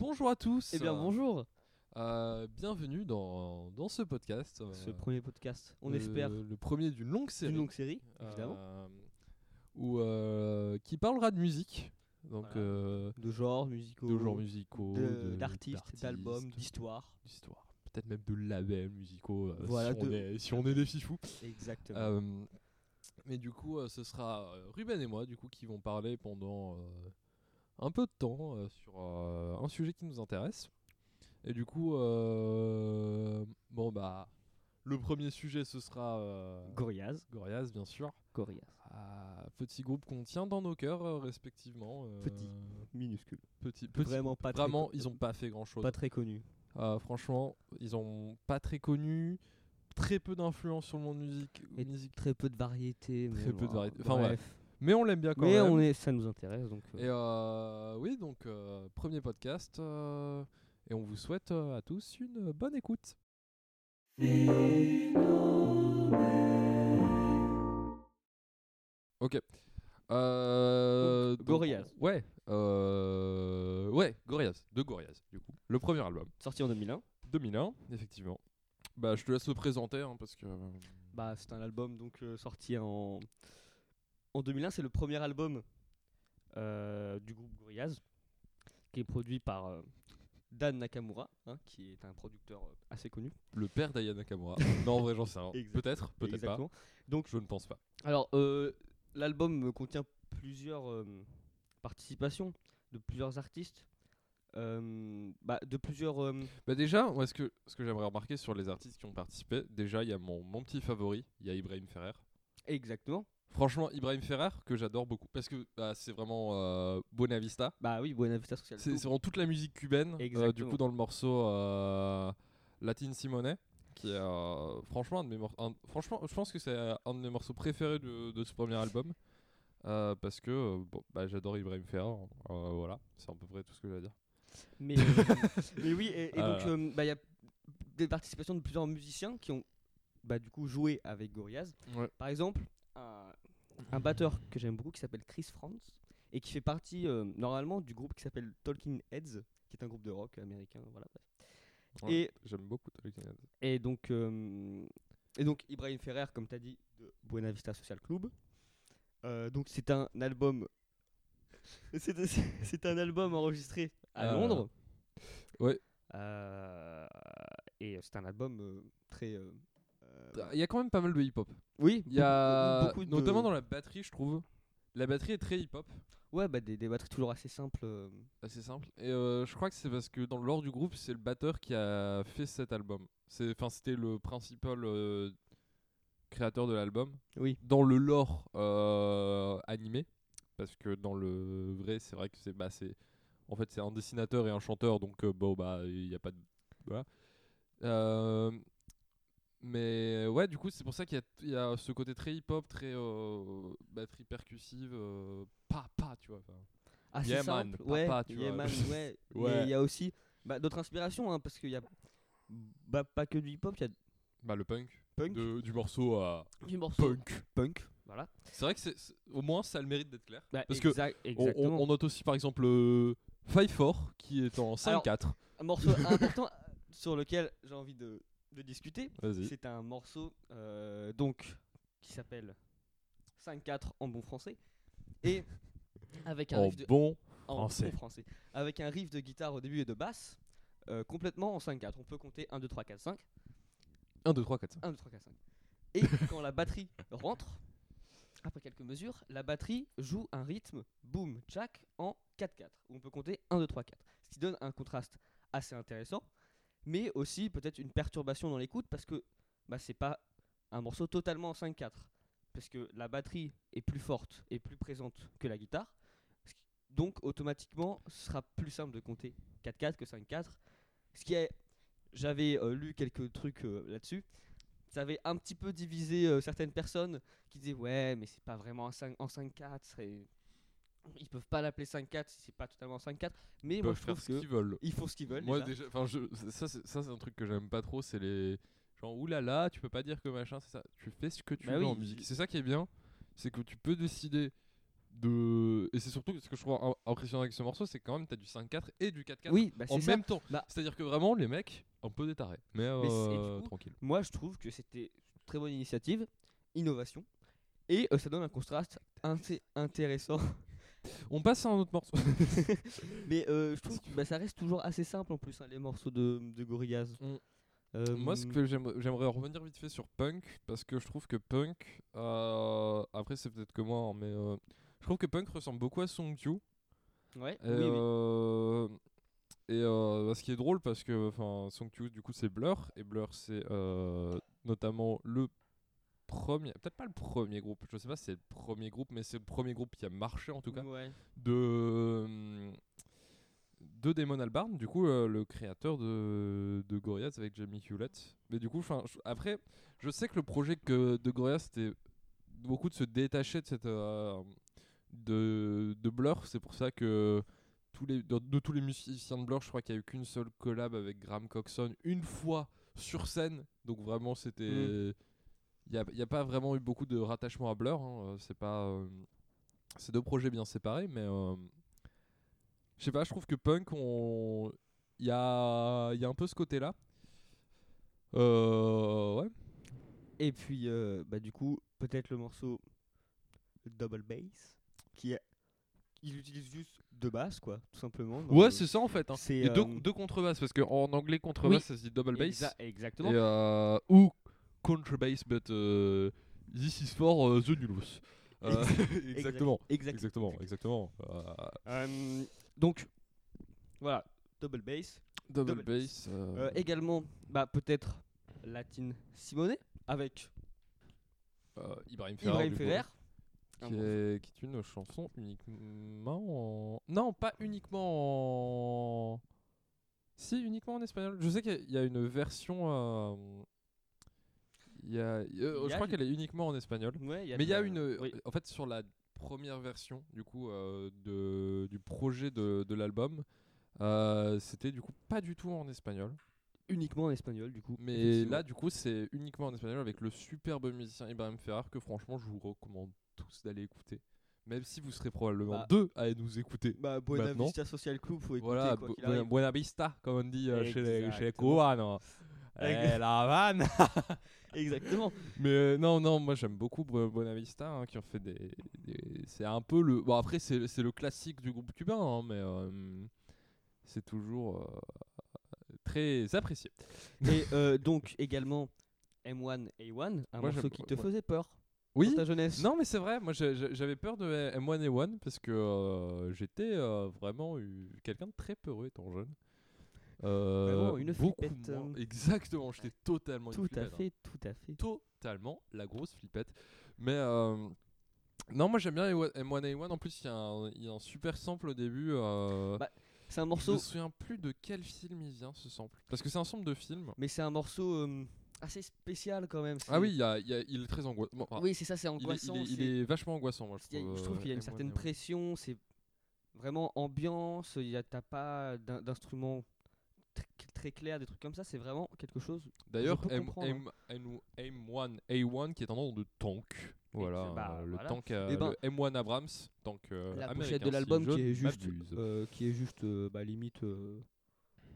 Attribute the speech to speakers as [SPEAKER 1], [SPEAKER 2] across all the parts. [SPEAKER 1] Bonjour à tous.
[SPEAKER 2] Eh bien bonjour,
[SPEAKER 1] Euh, bienvenue dans, dans ce podcast. euh,
[SPEAKER 2] ce premier podcast, on
[SPEAKER 1] le-
[SPEAKER 2] espère,
[SPEAKER 1] Le premier d'une longue série.
[SPEAKER 2] d'une longue série,
[SPEAKER 1] euh,
[SPEAKER 2] évidemment,
[SPEAKER 1] où, euh, qui parlera de musique. Donc,
[SPEAKER 2] Voilà.
[SPEAKER 1] euh,
[SPEAKER 2] de genres musicaux,
[SPEAKER 1] de genres musicaux,
[SPEAKER 2] de-
[SPEAKER 1] de-
[SPEAKER 2] d'artistes, d'albums,
[SPEAKER 1] d'artistes,
[SPEAKER 2] d'histoires.
[SPEAKER 1] d'histoires. Peut-être même de labels musicaux euh,
[SPEAKER 2] Voilà,
[SPEAKER 1] si, on
[SPEAKER 2] de-
[SPEAKER 1] est, si on est des fifous.
[SPEAKER 2] Exactement.
[SPEAKER 1] Euh, mais du coup, euh, ce sera euh, Ruben et moi du coup qui vont parler pendant euh, un peu de temps euh, sur euh, un sujet qui nous intéresse. Et du coup, euh, bon bah, le premier sujet ce sera euh,
[SPEAKER 2] Gorillaz.
[SPEAKER 1] Gorillaz bien sûr.
[SPEAKER 2] Gorillaz.
[SPEAKER 1] Ah, petit groupe qu'on tient dans nos cœurs euh, respectivement. euh,
[SPEAKER 2] Petit. Minuscule.
[SPEAKER 1] petit, petit.
[SPEAKER 2] Vraiment pas très,
[SPEAKER 1] Vraiment,
[SPEAKER 2] co-
[SPEAKER 1] ils ont pas fait grand chose.
[SPEAKER 2] pas très connu.
[SPEAKER 1] franchement, ils ont pas très connu, très peu d'influence sur le monde musique,
[SPEAKER 2] Et
[SPEAKER 1] musique
[SPEAKER 2] Très peu de variété. mais
[SPEAKER 1] Très peu de
[SPEAKER 2] voilà,
[SPEAKER 1] variété. Enfin, Mais on l'aime bien quand
[SPEAKER 2] Mais
[SPEAKER 1] même.
[SPEAKER 2] on est, ça nous intéresse donc. euh,
[SPEAKER 1] Et euh, oui, donc euh, premier podcast. euh, et on vous souhaite euh, à tous une bonne écoute. Ok. Euh,
[SPEAKER 2] Donc,
[SPEAKER 1] donc,
[SPEAKER 2] Gorillaz.
[SPEAKER 1] Ouais. euh, ouais, Gorillaz. De Gorillaz, du coup. Le premier album.
[SPEAKER 2] Sorti en 2001.
[SPEAKER 1] 2001, effectivement. Bah, je te laisse le présenter hein, parce que. euh,
[SPEAKER 2] Bah, c'est un album donc euh, sorti en en 2001. C'est le premier album euh, du groupe Gorillaz, qui est produit par euh, Dan Nakamura, hein, qui est un producteur euh, assez connu.
[SPEAKER 1] Le père d'Aya Nakamura. non, en vrai, j'en sais rien.
[SPEAKER 2] Exact-
[SPEAKER 1] Peut-être, peut-être pas.
[SPEAKER 2] Exactement. Donc
[SPEAKER 1] Je ne pense pas.
[SPEAKER 2] Alors, euh, l'album euh, contient plusieurs euh, participations de plusieurs artistes, euh, bah, de plusieurs. euh,
[SPEAKER 1] Bah déjà, moi, ce que, ce que j'aimerais remarquer sur les artistes qui ont participé, déjà, il y a mon, mon petit favori, il y a Ibrahim Ferrer.
[SPEAKER 2] exactement.
[SPEAKER 1] Franchement, Ibrahim Ferrer, que j'adore beaucoup, parce que bah, c'est vraiment euh, Buena Vista.
[SPEAKER 2] Bah oui, Buena Vista Social.
[SPEAKER 1] C'est c'est
[SPEAKER 2] Club.
[SPEAKER 1] vraiment toute la musique cubaine, euh, du
[SPEAKER 2] Exactement.
[SPEAKER 1] coup, dans le morceau euh, Latin Simone, qui est euh, franchement un de mes mor- un- franchement, je pense que c'est euh, un de mes morceaux préférés de, de ce premier album. euh, parce que euh, bon, bah, j'adore Ibrahim Ferrer, euh, voilà, c'est à peu près tout ce que j'ai à dire.
[SPEAKER 2] Mais, euh, mais oui, et, et donc
[SPEAKER 1] Euh.
[SPEAKER 2] euh, bah, il y a des participations de plusieurs musiciens qui ont bah, du coup joué avec Gorillaz.
[SPEAKER 1] Ouais.
[SPEAKER 2] Par exemple, un, un batteur que j'aime beaucoup qui s'appelle Chris Franz et qui fait partie euh, normalement du groupe qui s'appelle Talking Heads, qui est un groupe de rock américain. Voilà. bref.
[SPEAKER 1] Ouais.
[SPEAKER 2] Et
[SPEAKER 1] J'aime beaucoup Tolkien.
[SPEAKER 2] Et donc, euh, et donc Ibrahim Ferrer, comme tu as dit, de Buena Vista Social Club. Euh, donc c'est un album. C'est c'est un album enregistré à
[SPEAKER 1] Euh,
[SPEAKER 2] Londres.
[SPEAKER 1] ouais.
[SPEAKER 2] Euh, et c'est un album euh, très. euh, euh,
[SPEAKER 1] Il y a quand même pas mal de hip-hop.
[SPEAKER 2] oui,
[SPEAKER 1] Bah, Il y a
[SPEAKER 2] beaucoup, beaucoup de-
[SPEAKER 1] notamment dans la batterie, je trouve. La batterie est très hip-hop,
[SPEAKER 2] Ouais, bah, des, des batteries toujours assez simples. euh,
[SPEAKER 1] assez simple. Et euh, je crois que c'est parce que dans l'ordre du groupe, c'est le batteur qui a fait cet album. C'est, enfin, c'était le principal euh, créateur de l'album.
[SPEAKER 2] Oui.
[SPEAKER 1] Dans le lore euh, animé, parce que dans le vrai, c'est vrai que c'est, bah, c'est, en fait, c'est un dessinateur et un chanteur, donc euh, bon, bah, il n'y a pas de, voilà. Euh, mais ouais, du coup, c'est pour ça qu'il y a- il y, a ce côté très hip-hop, très euh, batterie percussive, euh, pas pas, tu vois. enfin.
[SPEAKER 2] assez
[SPEAKER 1] Yeah, man,
[SPEAKER 2] simples. ouais,
[SPEAKER 1] papa, tu
[SPEAKER 2] yeah,
[SPEAKER 1] vois.
[SPEAKER 2] man, ouais. Mais
[SPEAKER 1] Ouais.
[SPEAKER 2] il y a aussi bah, d'autres inspirations, hein, parce qu'il y a bah, pas que du hip-hop, il y a
[SPEAKER 1] Bah, le punk.
[SPEAKER 2] punk,
[SPEAKER 1] De- du morceau à
[SPEAKER 2] du morceau
[SPEAKER 1] punk.
[SPEAKER 2] punk, voilà.
[SPEAKER 1] C'est vrai que c'est, c'est- au moins ça a le mérite d'être clair.
[SPEAKER 2] Bah,
[SPEAKER 1] Parce que
[SPEAKER 2] exact-
[SPEAKER 1] On- On,
[SPEAKER 2] exactement.
[SPEAKER 1] on note aussi par exemple euh, Five 4 qui est en 5-4.
[SPEAKER 2] Un morceau important euh, sur lequel j'ai envie de, de discuter,
[SPEAKER 1] Vas-y.
[SPEAKER 2] c'est un morceau euh, donc qui s'appelle 5-4 en bon français et avec un
[SPEAKER 1] En
[SPEAKER 2] riff de,
[SPEAKER 1] bon.
[SPEAKER 2] en
[SPEAKER 1] français.
[SPEAKER 2] bon français, avec un riff de guitare au début et de basse euh, complètement en 5-4. On peut compter 1 2 3 4 5,
[SPEAKER 1] 1, 2, 3, 4, 5.
[SPEAKER 2] 1 2 3 4 5. Et quand la batterie rentre après quelques mesures, la batterie joue un rythme boom tchac en 4-4. où On peut compter 1, 2, 3, 4. Ce qui donne un contraste assez intéressant, mais aussi peut-être une perturbation dans l'écoute parce que bah, c'est pas un morceau totalement en 5-4. Parce que la batterie est plus forte et plus présente que la guitare. ce qui- Donc automatiquement, ce sera plus simple de compter 4-4 que 5-4. Ce qui est. J'avais euh, lu quelques trucs euh, là-dessus. Ça avait un petit peu divisé euh, certaines personnes qui disaient Ouais, mais c'est pas vraiment en 5- en 5-4. c'est- Ils peuvent pas l'appeler 5-4 si c'est pas totalement en 5-4. Mais
[SPEAKER 1] Ils
[SPEAKER 2] moi
[SPEAKER 1] peuvent
[SPEAKER 2] je
[SPEAKER 1] faire
[SPEAKER 2] trouve
[SPEAKER 1] ce
[SPEAKER 2] que
[SPEAKER 1] qu'ils veulent.
[SPEAKER 2] ils font ce qu'ils veulent.
[SPEAKER 1] Moi
[SPEAKER 2] déjà.
[SPEAKER 1] déjà, enfin, je- ça c'est ça, c'est un truc que j'aime pas trop, c'est les genre oulala, tu peux pas dire que machin, c'est ça. Tu fais ce que tu
[SPEAKER 2] Bah
[SPEAKER 1] veux en
[SPEAKER 2] oui.
[SPEAKER 1] musique. C'est ça qui est bien, c'est que tu peux décider de. Et c'est surtout ce que je trouve im- impressionnant avec ce morceau, c'est que quand même, t'as du 5-4 et du 4-4
[SPEAKER 2] Oui, bah,
[SPEAKER 1] en
[SPEAKER 2] c'est ça.
[SPEAKER 1] même temps.
[SPEAKER 2] Bah-
[SPEAKER 1] C'est-à-dire que vraiment, les mecs, un peu des tarés. Mais,
[SPEAKER 2] c'est- et du
[SPEAKER 1] euh,
[SPEAKER 2] coup,
[SPEAKER 1] tranquille.
[SPEAKER 2] Moi, je trouve que c'était une très bonne initiative, innovation, et euh, ça donne un contraste inté- intéressant.
[SPEAKER 1] On passe à un autre morceau.
[SPEAKER 2] Mais euh, je trouve que bah, ça reste toujours assez simple en plus, hein, les morceaux de, de Gorillaz.
[SPEAKER 1] Mm.
[SPEAKER 2] Euh,
[SPEAKER 1] Moi, ce que j'aime- j'aimerais revenir vite fait sur Punk, parce que je trouve que Punk, euh, après c'est peut-être que moi, hein, mais euh, je trouve que Punk ressemble beaucoup à Song Yu.
[SPEAKER 2] Ouais,
[SPEAKER 1] Et,
[SPEAKER 2] oui, oui.
[SPEAKER 1] euh, et, euh, bah, ce qui est drôle, parce que enfin, Song Yu, du coup, c'est Blur, et Blur, c'est euh, notamment le premier, peut-être pas le premier groupe, je sais pas si c'est le premier groupe, mais c'est le premier groupe qui a marché en tout cas,
[SPEAKER 2] Ouais.
[SPEAKER 1] de, hum, de Damon Albarn, du coup, euh, le créateur de, de Gorillaz avec Jamie Hewlett. Mais du coup, 'fin, je- après, je sais que le projet que, de Gorillaz, c'était beaucoup de se détacher de cette. euh, de, de Blur, c'est pour ça que. Tous les, de, de tous les musiciens de Blur, je crois qu'il n'y a eu qu'une seule collab avec Graham Coxon, une fois sur scène. Donc vraiment, c'était.
[SPEAKER 2] Mm.
[SPEAKER 1] Il n'y a, y a pas vraiment eu beaucoup de rattachement à Blur. hein, euh, C'est pas. euh, c'est deux projets bien séparés, mais. euh, je sais pas, je trouve que Punk, on. Il y a, y a un peu ce côté-là. Euh. Ouais.
[SPEAKER 2] Et puis, euh, bah, du coup, peut-être le morceau Double Bass, qui est. Ils utilisent juste deux basses, quoi, tout simplement. dans
[SPEAKER 1] Ouais,
[SPEAKER 2] le-
[SPEAKER 1] c'est ça en fait. Hein.
[SPEAKER 2] Euh, c'est,
[SPEAKER 1] Il y a deux,
[SPEAKER 2] euh,
[SPEAKER 1] deux contrebasses, parce qu'en anglais, contrebasse, ça
[SPEAKER 2] Oui.
[SPEAKER 1] se dit double bass.
[SPEAKER 2] Exa- exactement.
[SPEAKER 1] Et, euh, ou contrabass, but euh, this is for euh, the nullos. Euh, exactement.
[SPEAKER 2] Exactement.
[SPEAKER 1] Exactement, exactement. Euh,
[SPEAKER 2] Euh, donc, voilà, Double Bass.
[SPEAKER 1] double,
[SPEAKER 2] Double
[SPEAKER 1] bass. euh,
[SPEAKER 2] Euh, également, bah, peut-être Latine Simone avec
[SPEAKER 1] euh, Ibrahim Ferrer.
[SPEAKER 2] Ibrahim
[SPEAKER 1] du coup,
[SPEAKER 2] Ferrer. Un
[SPEAKER 1] Qui
[SPEAKER 2] morceau.
[SPEAKER 1] est, qui est une chanson uniquement en. Non, pas uniquement en. Si, uniquement en espagnol. Je sais qu'il y a- il y, a une version. euh, il y a, euh,
[SPEAKER 2] y
[SPEAKER 1] je
[SPEAKER 2] a
[SPEAKER 1] crois
[SPEAKER 2] une-
[SPEAKER 1] qu'elle est uniquement en espagnol.
[SPEAKER 2] Ouais,
[SPEAKER 1] Mais il
[SPEAKER 2] de
[SPEAKER 1] y a
[SPEAKER 2] la-
[SPEAKER 1] une. euh,
[SPEAKER 2] oui.
[SPEAKER 1] En fait, sur la première version, du coup, euh, de, du projet de, de l'album, euh, c'était du coup pas du tout en espagnol.
[SPEAKER 2] uniquement en espagnol, du coup.
[SPEAKER 1] Mais
[SPEAKER 2] effectivement.
[SPEAKER 1] là, du coup, c'est uniquement en espagnol avec le superbe musicien Ibrahim Ferrar que franchement, je vous recommande tous d'aller écouter. Même si vous serez probablement
[SPEAKER 2] Bah.
[SPEAKER 1] deux à nous écouter.
[SPEAKER 2] bah, Buena
[SPEAKER 1] maintenant-
[SPEAKER 2] Vista Social Club, faut écouter
[SPEAKER 1] Voilà,
[SPEAKER 2] quoi
[SPEAKER 1] bu-
[SPEAKER 2] qu'il arrive.
[SPEAKER 1] buena vista, comme on dit euh, chez les, chez les
[SPEAKER 2] Exactement.
[SPEAKER 1] cubanos.
[SPEAKER 2] Ex-
[SPEAKER 1] Eh, la vanne
[SPEAKER 2] Exactement.
[SPEAKER 1] Mais euh, non, non, moi j'aime beaucoup Bu- Buena Vista hein, qui ont fait des. des- c'est un peu le. Bon, après, c'est c'est le classique du groupe cubain, hein, mais euh, c'est toujours euh, très apprécié.
[SPEAKER 2] Et euh, donc également M1A1, un
[SPEAKER 1] Moi,
[SPEAKER 2] morceau
[SPEAKER 1] j'aime-
[SPEAKER 2] qui te
[SPEAKER 1] ouais.
[SPEAKER 2] faisait peur
[SPEAKER 1] Oui,
[SPEAKER 2] dans ta jeunesse.
[SPEAKER 1] Non, mais c'est vrai, moi j'ai- j'ai- j'avais peur de M1A1 parce que euh, j'étais euh, vraiment eu- quelqu'un de très peureux étant jeune. Euh,
[SPEAKER 2] Vraiment une
[SPEAKER 1] beaucoup
[SPEAKER 2] flippette,
[SPEAKER 1] moins-
[SPEAKER 2] euh.
[SPEAKER 1] Exactement, j'étais totalement une
[SPEAKER 2] Tout à
[SPEAKER 1] flippette, hein.
[SPEAKER 2] fait, tout à fait.
[SPEAKER 1] Totalement la grosse flippette. Mais euh, non, moi j'aime bien M1A1. En plus, il y, a un- il y a un super sample au début. euh,
[SPEAKER 2] Bah, C'est
[SPEAKER 1] je
[SPEAKER 2] un
[SPEAKER 1] me
[SPEAKER 2] morceau,
[SPEAKER 1] souviens plus de quel film il vient ce sample. Parce que c'est un sample de film.
[SPEAKER 2] mais c'est un morceau euh, assez spécial quand même.
[SPEAKER 1] Ah
[SPEAKER 2] c'est-
[SPEAKER 1] oui, il, y a- il y a- il est très angoissant. Bon, enfin,
[SPEAKER 2] oui, c'est ça, c'est
[SPEAKER 1] il, est,
[SPEAKER 2] angoissant.
[SPEAKER 1] il est- il
[SPEAKER 2] c'est-
[SPEAKER 1] est vachement angoissant, moi je
[SPEAKER 2] Il y a-
[SPEAKER 1] trouve.
[SPEAKER 2] je trouve qu'il y a
[SPEAKER 1] euh,
[SPEAKER 2] une certaine
[SPEAKER 1] M1A1.
[SPEAKER 2] pression, c'est vraiment ambiance, il y a- t'as pas d'in- d'instruments tr- très clairs, des trucs comme ça, c'est vraiment quelque chose.
[SPEAKER 1] D'ailleurs,
[SPEAKER 2] peux
[SPEAKER 1] M,
[SPEAKER 2] comprendre, hein.
[SPEAKER 1] M- M- M1 A1 qui est un nom de tank. Voilà,
[SPEAKER 2] bah,
[SPEAKER 1] euh, le
[SPEAKER 2] voilà.
[SPEAKER 1] tank euh,
[SPEAKER 2] Eh ben,
[SPEAKER 1] le M1 Abrams, tank euh,
[SPEAKER 2] la
[SPEAKER 1] américain,
[SPEAKER 2] pochette de
[SPEAKER 1] si
[SPEAKER 2] l'album
[SPEAKER 1] je
[SPEAKER 2] qui
[SPEAKER 1] ne
[SPEAKER 2] est juste,
[SPEAKER 1] m'abuse.
[SPEAKER 2] euh, qui est juste euh, bah, limite, euh,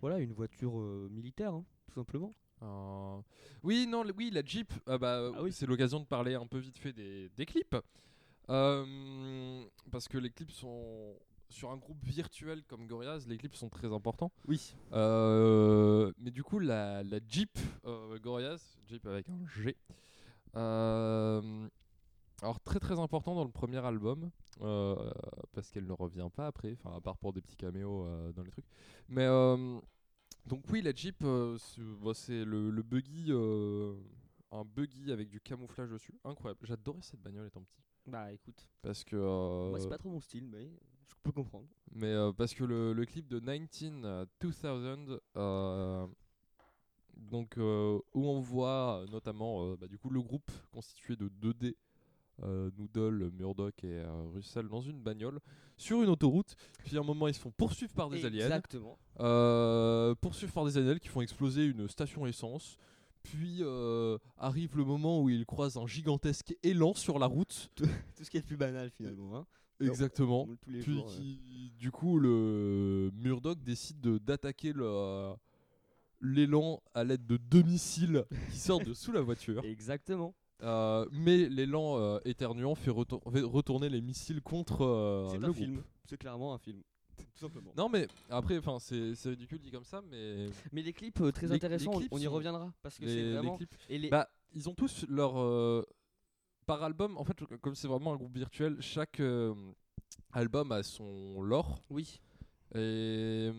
[SPEAKER 2] voilà, une voiture euh, militaire, hein, tout simplement.
[SPEAKER 1] Euh, Oui, non, le- oui, la Jeep. ah bah,
[SPEAKER 2] Ah oui.
[SPEAKER 1] C'est l'occasion de parler un peu vite fait des, des clips. Euh, parce que les clips sont. Sur un groupe virtuel comme Gorillaz, les clips sont très importants.
[SPEAKER 2] Oui.
[SPEAKER 1] Euh, mais du coup, la, la Jeep euh, Gorillaz, Jeep avec un G. euh, alors très très important dans le premier album euh, parce qu'elle ne revient pas après, enfin à part pour des petits caméos euh, dans les trucs. Mais euh, donc oui, la Jeep, euh, c'est bah, c'est le, le buggy, euh, un buggy avec du camouflage dessus, incroyable. J'adorais cette bagnole étant petit
[SPEAKER 2] Bah écoute,
[SPEAKER 1] parce que
[SPEAKER 2] moi c'est
[SPEAKER 1] euh,
[SPEAKER 2] pas trop mon style, mais je peux comprendre.
[SPEAKER 1] mais euh, parce que le, le clip de 19 euh, 2000, euh, donc euh, où on voit euh, notamment euh, bah, du coup le groupe constitué de 2D, euh, Noodle, Murdoch et euh, Russell dans une bagnole sur une autoroute. Puis à un moment ils se font poursuivre par des aliens,
[SPEAKER 2] Exactement.
[SPEAKER 1] euh, poursuivre par des aliens qui font exploser une station essence. Puis euh, arrive le moment où ils croisent un gigantesque élan sur la route.
[SPEAKER 2] Tout ce qui est le plus banal finalement. hein.
[SPEAKER 1] Exactement.
[SPEAKER 2] Tous les
[SPEAKER 1] Puis
[SPEAKER 2] jours, euh.
[SPEAKER 1] qui, du coup, le Murdoch décide de- d'attaquer le- l'élan à l'aide de deux missiles qui sortent de sous la voiture.
[SPEAKER 2] Exactement.
[SPEAKER 1] Euh, mais l'élan euh, éternuant fait, retour- fait retourner les missiles contre euh,
[SPEAKER 2] c'est
[SPEAKER 1] le
[SPEAKER 2] un
[SPEAKER 1] groupe.
[SPEAKER 2] film. C'est clairement un film. Tout simplement.
[SPEAKER 1] Non mais après, enfin, c'est c'est ridicule dit comme ça, mais
[SPEAKER 2] Mais les clips, euh, très
[SPEAKER 1] Les- les
[SPEAKER 2] intéressants, on-
[SPEAKER 1] clips
[SPEAKER 2] on y
[SPEAKER 1] sont-
[SPEAKER 2] reviendra. Parce que
[SPEAKER 1] les-
[SPEAKER 2] c'est
[SPEAKER 1] les
[SPEAKER 2] vraiment.
[SPEAKER 1] clips-
[SPEAKER 2] et les-
[SPEAKER 1] Bah, ils ont tous leur. euh, par album, en fait, comme c'est vraiment un groupe virtuel, chaque euh, album a son lore.
[SPEAKER 2] Oui.
[SPEAKER 1] Et,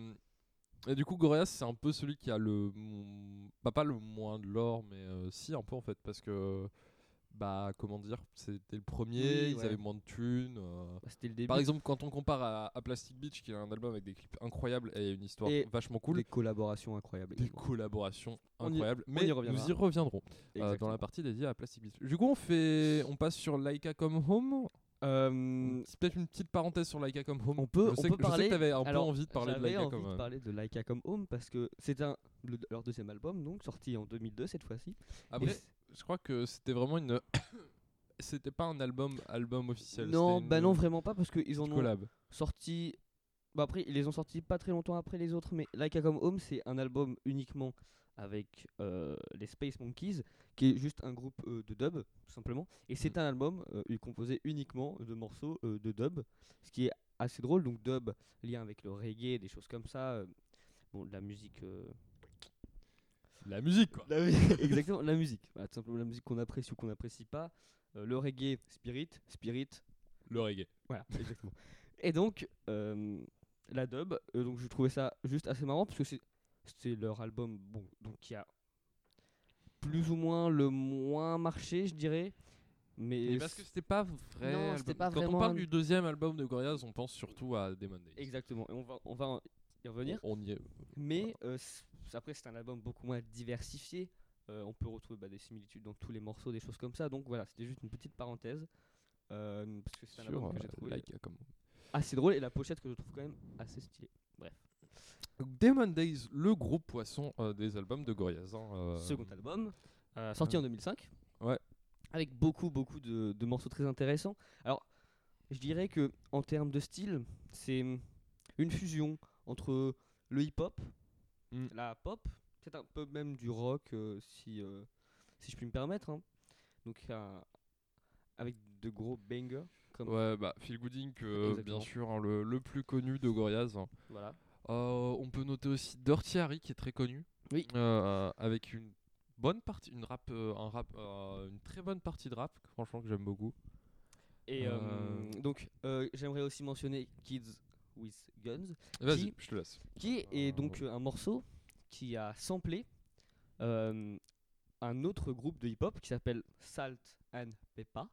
[SPEAKER 1] et du coup, Gorillaz, c'est un peu celui qui a le. m- Bah, pas le moins de lore, mais euh, si, un peu en fait, parce que. Bah, comment dire, c'était le premier,
[SPEAKER 2] Oui,
[SPEAKER 1] ils
[SPEAKER 2] ouais.
[SPEAKER 1] avaient moins de thunes. euh.
[SPEAKER 2] Bah, C'était le début.
[SPEAKER 1] Par exemple, quand on compare à, à Plastic Beach, qui a un album avec des clips incroyables et une histoire
[SPEAKER 2] Et
[SPEAKER 1] vachement cool,
[SPEAKER 2] Des collaborations incroyables.
[SPEAKER 1] des
[SPEAKER 2] également.
[SPEAKER 1] collaborations
[SPEAKER 2] On y-
[SPEAKER 1] incroyables,
[SPEAKER 2] on y
[SPEAKER 1] mais nous
[SPEAKER 2] reviendra.
[SPEAKER 1] y reviendrons euh, dans
[SPEAKER 2] Exactement.
[SPEAKER 1] la partie dédiée à Plastic Beach. Du coup, on fait, on passe sur Laika Come Home.
[SPEAKER 2] Euh,
[SPEAKER 1] C'est Peut-être une petite parenthèse sur Laika Come Home.
[SPEAKER 2] On peut-
[SPEAKER 1] Je
[SPEAKER 2] on
[SPEAKER 1] sais,
[SPEAKER 2] peut
[SPEAKER 1] que- je sais
[SPEAKER 2] parler-
[SPEAKER 1] que t'avais un
[SPEAKER 2] alors,
[SPEAKER 1] peu envie de parler de
[SPEAKER 2] J'avais
[SPEAKER 1] Laika euh,
[SPEAKER 2] envie
[SPEAKER 1] Come
[SPEAKER 2] de
[SPEAKER 1] Home.
[SPEAKER 2] parler de Laika Come Home parce que c'est un le- leur deuxième album donc sorti en 2002 cette fois-ci. Et
[SPEAKER 1] Après,
[SPEAKER 2] c-
[SPEAKER 1] je crois que c'était vraiment une, c'était pas un album, album officiel.
[SPEAKER 2] non,
[SPEAKER 1] c'était
[SPEAKER 2] bah
[SPEAKER 1] une
[SPEAKER 2] non vraiment pas parce qu'ils en
[SPEAKER 1] petite
[SPEAKER 2] ont
[SPEAKER 1] collab.
[SPEAKER 2] sorti. Bah après ils les ont sortis pas très longtemps après les autres mais Laika Come Home c'est un album uniquement avec euh, les Space Monkeys qui est juste un groupe euh, de dub tout simplement et c'est un album euh, composé uniquement de morceaux euh, de dub ce qui est assez drôle donc dub lien avec le reggae des choses comme ça euh, bon de la musique euh,
[SPEAKER 1] La musique, quoi.
[SPEAKER 2] La mu- Exactement, la musique. Voilà, tout simplement la musique qu'on apprécie ou qu'on n'apprécie pas. Euh, le reggae, spirit, spirit.
[SPEAKER 1] Le reggae.
[SPEAKER 2] Voilà, exactement. Et donc, euh, la dub, euh, donc je trouvais ça juste assez marrant parce que c'est c'est leur album bon, donc qui a plus ou moins le moins marché, je dirais. Mais
[SPEAKER 1] Mais parce que c'était pas vrai.
[SPEAKER 2] Non, c'était
[SPEAKER 1] album.
[SPEAKER 2] pas
[SPEAKER 1] Quand on
[SPEAKER 2] vraiment
[SPEAKER 1] parle
[SPEAKER 2] un-
[SPEAKER 1] du deuxième album de Gorillaz, on pense surtout à Demon Days.
[SPEAKER 2] exactement. Et on va, on va en- y revenir.
[SPEAKER 1] On y est.
[SPEAKER 2] Mais euh, c- après, c'est un album beaucoup moins diversifié. Euh, on peut retrouver bah, des similitudes dans tous les morceaux, des choses comme ça. Donc voilà, c'était juste une petite parenthèse. Euh, parce que c'est un
[SPEAKER 1] Sur
[SPEAKER 2] album
[SPEAKER 1] euh,
[SPEAKER 2] que j'ai trouvé
[SPEAKER 1] Laika Come Home.
[SPEAKER 2] assez drôle et la pochette que je trouve quand même assez stylée.
[SPEAKER 1] Demon Days, le groupe poisson euh, des albums de Gorillaz. hein, euh,
[SPEAKER 2] Second album, euh, sorti
[SPEAKER 1] euh,
[SPEAKER 2] en 2005.
[SPEAKER 1] ouais.
[SPEAKER 2] Avec beaucoup, beaucoup de, de morceaux très intéressants. Alors, je dirais que en termes de style, c'est une fusion entre le hip-hop,
[SPEAKER 1] Mm.
[SPEAKER 2] la pop, peut-être un peu même du rock, euh, si, euh, si je puis me permettre. hein. Donc, un- avec de gros bangers. Comme
[SPEAKER 1] Ouais, bah, Phil Gooding, euh, bien
[SPEAKER 2] Exactement.
[SPEAKER 1] sûr, hein, le, le plus connu de Gorillaz. hein.
[SPEAKER 2] Voilà.
[SPEAKER 1] Euh, on peut noter aussi Dirty Harry, qui est très connu.
[SPEAKER 2] Oui.
[SPEAKER 1] Euh, avec une bonne partie, une rap, euh, un rap, euh, une très bonne partie de rap, franchement, que j'aime beaucoup.
[SPEAKER 2] Et euh,
[SPEAKER 1] Euh.
[SPEAKER 2] donc, euh, j'aimerais aussi mentionner Kids with Guns.
[SPEAKER 1] Vas-y,
[SPEAKER 2] Qui-
[SPEAKER 1] je te laisse.
[SPEAKER 2] qui
[SPEAKER 1] Euh,
[SPEAKER 2] est donc euh, un morceau qui a samplé euh, un autre groupe de hip-hop qui s'appelle Salt and Peppa.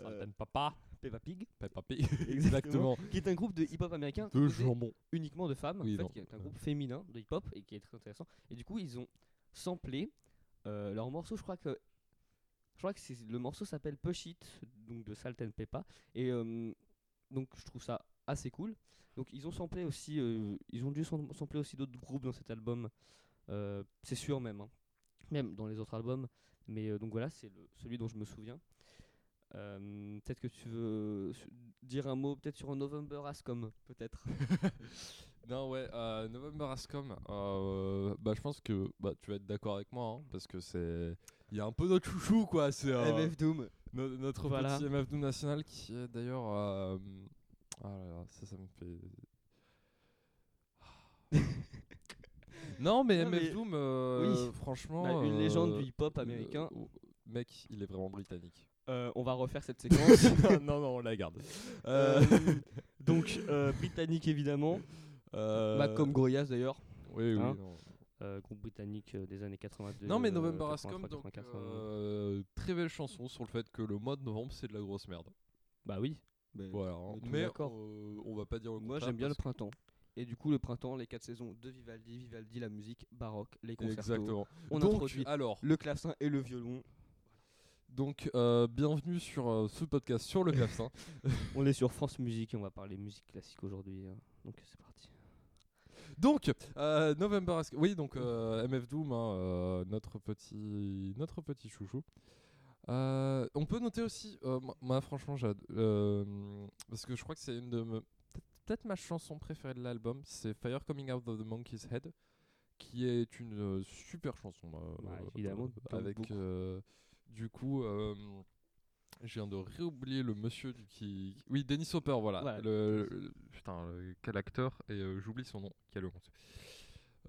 [SPEAKER 2] euh,
[SPEAKER 1] Papa.
[SPEAKER 2] Peppa Pig,
[SPEAKER 1] Peppa Pig. Exactement.
[SPEAKER 2] qui est un groupe de hip-hop américain
[SPEAKER 1] Deux
[SPEAKER 2] composé
[SPEAKER 1] jambons.
[SPEAKER 2] uniquement de femmes,
[SPEAKER 1] Oui,
[SPEAKER 2] en fait,
[SPEAKER 1] non,
[SPEAKER 2] qui est un
[SPEAKER 1] euh.
[SPEAKER 2] groupe féminin de hip-hop et qui est très intéressant. Et du coup, ils ont samplé euh, leur morceau. Je crois que je crois que c'est le morceau s'appelle Push It, donc de Salt and Peppa. Et euh, donc, je trouve ça assez cool. Donc, ils ont samplé aussi, euh, ils ont dû sam- sampler aussi d'autres groupes dans cet album. euh, c'est sûr même, hein. même dans les autres albums. Mais euh, donc voilà, c'est le- celui dont je me souviens. Euh, peut-être que tu veux euh, su- dire un mot peut-être sur November Ascom, peut-être.
[SPEAKER 1] Non, ouais, euh, November Ascom, euh, bah, je pense que bah, tu vas être d'accord avec moi, hein, parce que c'est. Il y a un peu notre chouchou, quoi. C'est. euh,
[SPEAKER 2] MF Doom.
[SPEAKER 1] No- notre
[SPEAKER 2] Voilà.
[SPEAKER 1] petit MF Doom National qui est d'ailleurs. euh, ah là là, ça, ça me fait. non, mais
[SPEAKER 2] Non,
[SPEAKER 1] MF
[SPEAKER 2] mais-
[SPEAKER 1] Doom, euh,
[SPEAKER 2] oui.
[SPEAKER 1] franchement.
[SPEAKER 2] Bah, une légende
[SPEAKER 1] euh,
[SPEAKER 2] du hip-hop
[SPEAKER 1] euh,
[SPEAKER 2] américain.
[SPEAKER 1] oh, mec, il est vraiment britannique.
[SPEAKER 2] Euh, on va refaire cette séquence.
[SPEAKER 1] non, non, on la garde.
[SPEAKER 2] Euh, donc, euh, britannique évidemment.
[SPEAKER 1] Euh,
[SPEAKER 2] Bah, comme Gorillaz d'ailleurs.
[SPEAKER 1] Oui, oui.
[SPEAKER 2] hein.
[SPEAKER 1] non.
[SPEAKER 2] Euh, groupe britannique euh, des années 82.
[SPEAKER 1] Non, mais
[SPEAKER 2] euh,
[SPEAKER 1] November
[SPEAKER 2] 83,
[SPEAKER 1] Ascom, donc.
[SPEAKER 2] 84, euh,
[SPEAKER 1] euh, très belle chanson sur le fait que le mois de novembre, c'est de la grosse merde.
[SPEAKER 2] Bah oui.
[SPEAKER 1] Voilà. hein.
[SPEAKER 2] on est tous
[SPEAKER 1] Mais
[SPEAKER 2] d'accord.
[SPEAKER 1] euh, on va pas dire le
[SPEAKER 2] Moi
[SPEAKER 1] contraire
[SPEAKER 2] j'aime bien le
[SPEAKER 1] parce
[SPEAKER 2] printemps. Et du coup, le printemps, les quatre saisons de Vivaldi, Vivaldi, la musique baroque, les
[SPEAKER 1] que-
[SPEAKER 2] concertos.
[SPEAKER 1] Exactement.
[SPEAKER 2] On
[SPEAKER 1] donc,
[SPEAKER 2] introduit
[SPEAKER 1] alors.
[SPEAKER 2] le clavecin et le violon.
[SPEAKER 1] Donc, euh, bienvenue sur euh, ce podcast sur le clavecin.
[SPEAKER 2] On est sur France Musique et on va parler musique classique aujourd'hui. hein. Donc c'est parti.
[SPEAKER 1] donc, euh, November Ask- Oui, donc euh, MF Doom, hein, euh, notre, petit, notre petit chouchou. Euh, on peut noter aussi, euh, moi, moi, franchement, j'ad- euh, parce que je crois que c'est une de me- peut- peut-être ma chanson préférée de l'album, c'est Fire Coming Out of the Monkey's Head, qui est une euh, super chanson. euh,
[SPEAKER 2] Ouais,
[SPEAKER 1] euh,
[SPEAKER 2] Bah, évidemment, comme
[SPEAKER 1] avec
[SPEAKER 2] beaucoup.
[SPEAKER 1] euh, du coup, euh, je viens de réoublier le monsieur du- qui, oui, Dennis Hopper, voilà,
[SPEAKER 2] Voilà,
[SPEAKER 1] le, le- putain, le- quel acteur et euh, j'oublie son nom, quelle honte.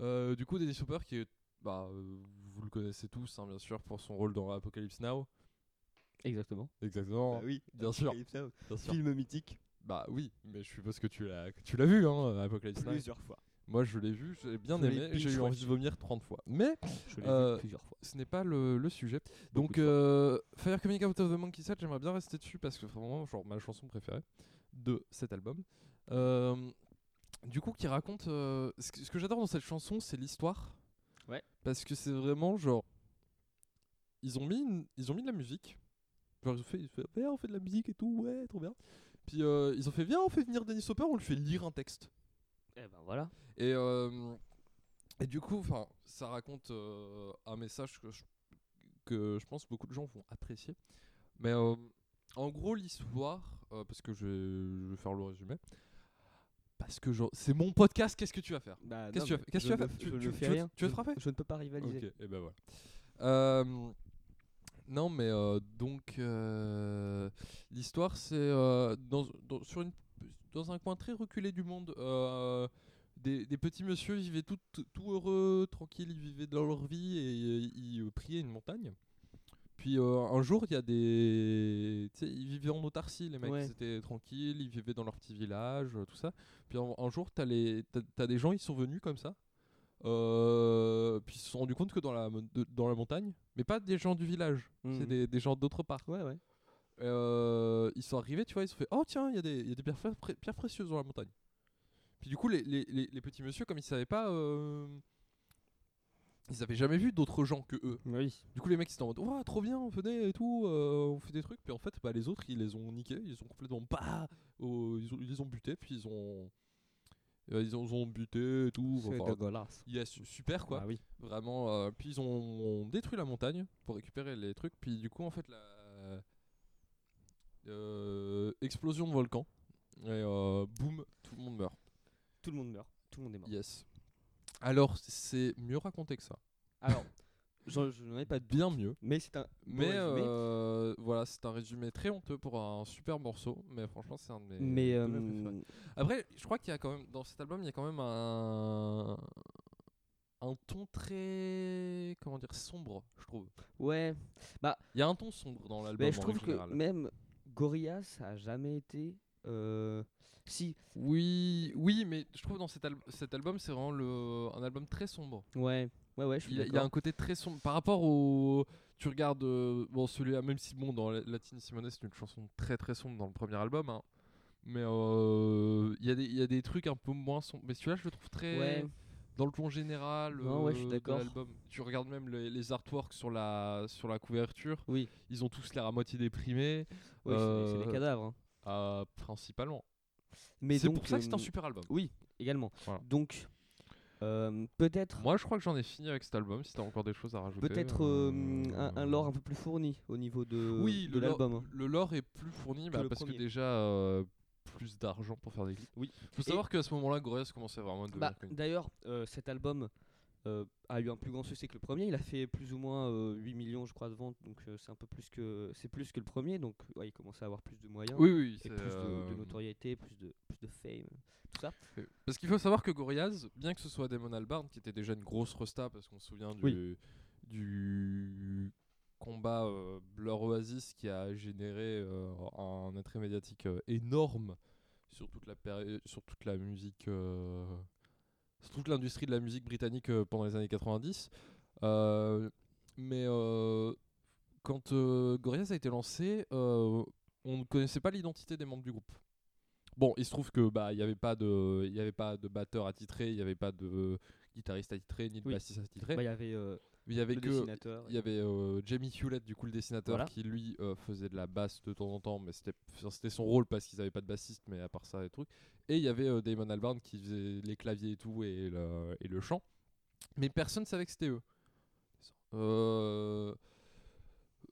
[SPEAKER 1] Euh, du coup, Dennis Hopper qui est bah, euh, vous le connaissez tous, hein, bien sûr, pour son rôle dans Apocalypse Now.
[SPEAKER 2] Exactement. Ah
[SPEAKER 1] Exactement.
[SPEAKER 2] Bah oui,
[SPEAKER 1] Bah bien sûr. bien sûr.
[SPEAKER 2] Film mythique
[SPEAKER 1] Bah oui, mais je suppose que tu l'as, que tu l'as vu, hein, Apocalypse Now.
[SPEAKER 2] plusieurs fois.
[SPEAKER 1] Moi, je l'ai vu, j'ai bien
[SPEAKER 2] Je l'ai
[SPEAKER 1] aimé, j'ai eu envie
[SPEAKER 2] binge-watché.
[SPEAKER 1] de vomir 30 fois. Mais
[SPEAKER 2] Je
[SPEAKER 1] l'ai Euh, vu
[SPEAKER 2] plusieurs fois.
[SPEAKER 1] ce n'est pas le, le sujet.
[SPEAKER 2] Beaucoup
[SPEAKER 1] Donc,
[SPEAKER 2] de fois.
[SPEAKER 1] euh, Fire Coming Out of the Monkey Head, j'aimerais bien rester dessus parce que c'est vraiment genre ma chanson préférée de cet album. Euh, du coup, qui raconte euh, ce que, ce que j'adore dans cette chanson, c'est l'histoire.
[SPEAKER 2] Ouais.
[SPEAKER 1] Parce que c'est vraiment genre ils ont mis une- ils ont mis de la musique. Genre ils ont fait, ils ont fait, Ouais, on fait de la musique et tout, ouais, trop bien. Puis euh, ils ont fait viens, on fait venir Dennis Hopper, on lui fait lire un texte.
[SPEAKER 2] Eh ben voilà.
[SPEAKER 1] Et, euh, et du coup, 'fin, ça raconte euh, un message que je, que je pense beaucoup de gens vont apprécier. Mais euh, en gros, l'histoire, euh, parce que je vais, je vais faire le résumé, parce que genre- c'est mon podcast, qu'est-ce que tu vas faire
[SPEAKER 2] Bah,
[SPEAKER 1] Qu'est-ce
[SPEAKER 2] non,
[SPEAKER 1] que tu vas
[SPEAKER 2] mais
[SPEAKER 1] fa- qu'est-ce que tu
[SPEAKER 2] je
[SPEAKER 1] vas
[SPEAKER 2] ne
[SPEAKER 1] faire
[SPEAKER 2] f-
[SPEAKER 1] Tu-
[SPEAKER 2] je
[SPEAKER 1] tu-
[SPEAKER 2] ne
[SPEAKER 1] tu
[SPEAKER 2] fais
[SPEAKER 1] veux-
[SPEAKER 2] rien.
[SPEAKER 1] tu veux te
[SPEAKER 2] Je-
[SPEAKER 1] frapper
[SPEAKER 2] Je ne peux pas rivaliser.
[SPEAKER 1] Ok, et ben voilà. Euh, non, mais euh, donc euh, l'histoire, c'est euh, dans, dans- sur une, dans un coin très reculé du monde. euh, des, des petits messieurs vivaient tout, tout heureux, tranquilles, ils vivaient dans leur vie et euh, ils euh, priaient une montagne. Puis euh, un jour, il y a des. Tu sais, ils vivaient en autarcie, les mecs.
[SPEAKER 2] Ouais.
[SPEAKER 1] C'était tranquille, ils vivaient dans leur petit village, euh, tout ça. Puis un, un jour, t'as les- t'as t'as des gens, ils sont venus comme ça. Euh, puis ils se sont rendus compte que dans la, mon- de- dans la montagne, mais pas des gens du village, c'est
[SPEAKER 2] Mhm.
[SPEAKER 1] des, des gens d'autre part.
[SPEAKER 2] Ouais, ouais.
[SPEAKER 1] Euh, ils sont arrivés, tu vois, ils se sont fait Oh tiens, il y a des, il y a des pierres, fra- pré- pierres précieuses dans la montagne. Puis du coup, les, les, les, les petits messieurs, comme ils savaient pas, euh, ils avaient jamais vu d'autres gens que eux.
[SPEAKER 2] Oui.
[SPEAKER 1] Du coup, les mecs ils étaient en mode Ouah, trop bien, on venait et tout, euh, on fait des trucs. Puis en fait, bah, les autres ils les ont niqués, ils ont complètement pas. ils, ont, ils les ont butés, puis ils ont. euh, Ils ont, ils ont buté et tout.
[SPEAKER 2] C'est
[SPEAKER 1] enfin,
[SPEAKER 2] dégueulasse.
[SPEAKER 1] yes, super quoi.
[SPEAKER 2] Ah oui.
[SPEAKER 1] Vraiment. euh, puis ils ont, ont détruit la montagne pour récupérer les trucs. Puis du coup, en fait, la. euh, explosion de volcan. Et euh, boum, tout le monde meurt.
[SPEAKER 2] Tout le monde meurt. Tout le monde est mort.
[SPEAKER 1] Yes. Alors, c'est mieux raconté que ça.
[SPEAKER 2] Alors, je, je n'en ai pas de doute,
[SPEAKER 1] Bien mieux.
[SPEAKER 2] mais c'est un. beau
[SPEAKER 1] Mais
[SPEAKER 2] résumé.
[SPEAKER 1] euh, voilà, c'est un résumé très honteux pour un super morceau, mais franchement, c'est un de mes.
[SPEAKER 2] mais
[SPEAKER 1] de mes préférés.
[SPEAKER 2] euh,
[SPEAKER 1] Après, je crois qu'il y a quand même dans cet album, il y a quand même un un ton très comment dire sombre, je trouve.
[SPEAKER 2] ouais,
[SPEAKER 1] Il y a un ton sombre dans l'album
[SPEAKER 2] mais je
[SPEAKER 1] en
[SPEAKER 2] trouve
[SPEAKER 1] règle générale.
[SPEAKER 2] que même Gorillaz ça a jamais été. euh, Si,
[SPEAKER 1] Oui, oui, mais je trouve dans cet, al- cet album, c'est vraiment le un album très sombre.
[SPEAKER 2] ouais, ouais, ouais, je suis
[SPEAKER 1] Il y a- il y a
[SPEAKER 2] d'accord.
[SPEAKER 1] un côté très sombre par rapport au tu regardes euh, bon celui-là même si bon dans Latine Simone c'est une chanson très très sombre dans le premier album hein. mais euh, il y a des il y a des trucs un peu moins sombres mais celui-là je le trouve très
[SPEAKER 2] Ouais,
[SPEAKER 1] dans le ton général
[SPEAKER 2] Non, ouais, je suis
[SPEAKER 1] euh, de
[SPEAKER 2] d'accord.
[SPEAKER 1] l'album tu regardes même les, les artworks sur la sur la couverture
[SPEAKER 2] oui,
[SPEAKER 1] ils ont tous l'air à moitié déprimés
[SPEAKER 2] oui, c'est des- c'est
[SPEAKER 1] Euh,
[SPEAKER 2] des cadavres. hein.
[SPEAKER 1] euh, principalement
[SPEAKER 2] Mais
[SPEAKER 1] c'est
[SPEAKER 2] donc,
[SPEAKER 1] pour ça que c'est un
[SPEAKER 2] euh,
[SPEAKER 1] super album
[SPEAKER 2] Oui, également.
[SPEAKER 1] Voilà.
[SPEAKER 2] Donc, euh, peut-être,
[SPEAKER 1] moi je crois que j'en ai fini avec cet album si t'as encore des choses à rajouter
[SPEAKER 2] peut-être euh, un, un lore un peu plus fourni au niveau de,
[SPEAKER 1] Oui,
[SPEAKER 2] de
[SPEAKER 1] le lore-
[SPEAKER 2] l'album. hein.
[SPEAKER 1] Le lore est plus fourni bah,
[SPEAKER 2] le
[SPEAKER 1] parce que
[SPEAKER 2] premier.
[SPEAKER 1] déjà euh, plus d'argent pour faire des clips.
[SPEAKER 2] Oui.
[SPEAKER 1] Faut savoir qu'à ce moment-là, Gorillaz commençait vraiment à devenir
[SPEAKER 2] Bah,
[SPEAKER 1] connu.
[SPEAKER 2] D'ailleurs, euh, cet album euh, a eu un plus grand succès que le premier. Il a fait plus ou moins euh, 8 millions, je crois, de ventes. Donc euh, c'est un peu plus que c'est plus que le premier. Donc ouais, il commençait à avoir plus de moyens,
[SPEAKER 1] Oui, oui,
[SPEAKER 2] et
[SPEAKER 1] c'est,
[SPEAKER 2] plus de, de
[SPEAKER 1] euh,
[SPEAKER 2] notoriété, plus de plus de fame, tout ça.
[SPEAKER 1] Parce qu'il faut savoir que Gorillaz, bien que ce soit Damon Albarn, qui était déjà une grosse resta, parce qu'on se souvient du, du combat euh, Blur Oasis qui a généré euh, un attrait médiatique euh, énorme sur toute la péri- euh, sur toute la musique, euh, sur toute l'industrie de la musique britannique euh, pendant les années 90. Euh, mais euh, quand euh, Gorillaz a été lancé, euh, on ne connaissait pas l'identité des membres du groupe. Bon, il se trouve que bah il y avait pas de il y avait pas de batteur attitré, il y avait pas de guitariste attitré ni de
[SPEAKER 2] Oui.
[SPEAKER 1] bassiste
[SPEAKER 2] Bah,
[SPEAKER 1] attitré.
[SPEAKER 2] Il y avait euh,
[SPEAKER 1] il y avait
[SPEAKER 2] le
[SPEAKER 1] que
[SPEAKER 2] dessinateur.
[SPEAKER 1] il y
[SPEAKER 2] et-
[SPEAKER 1] avait euh, Jamie Hewlett du coup le dessinateur
[SPEAKER 2] Voilà.
[SPEAKER 1] qui lui euh, faisait de la basse de temps en temps mais c'était enfin, c'était son rôle parce qu'ils avaient pas de bassiste mais à part ça les trucs et il y avait euh, Damon Albarn qui faisait les claviers et tout et le, et le chant mais personne savait que c'était eux Euh,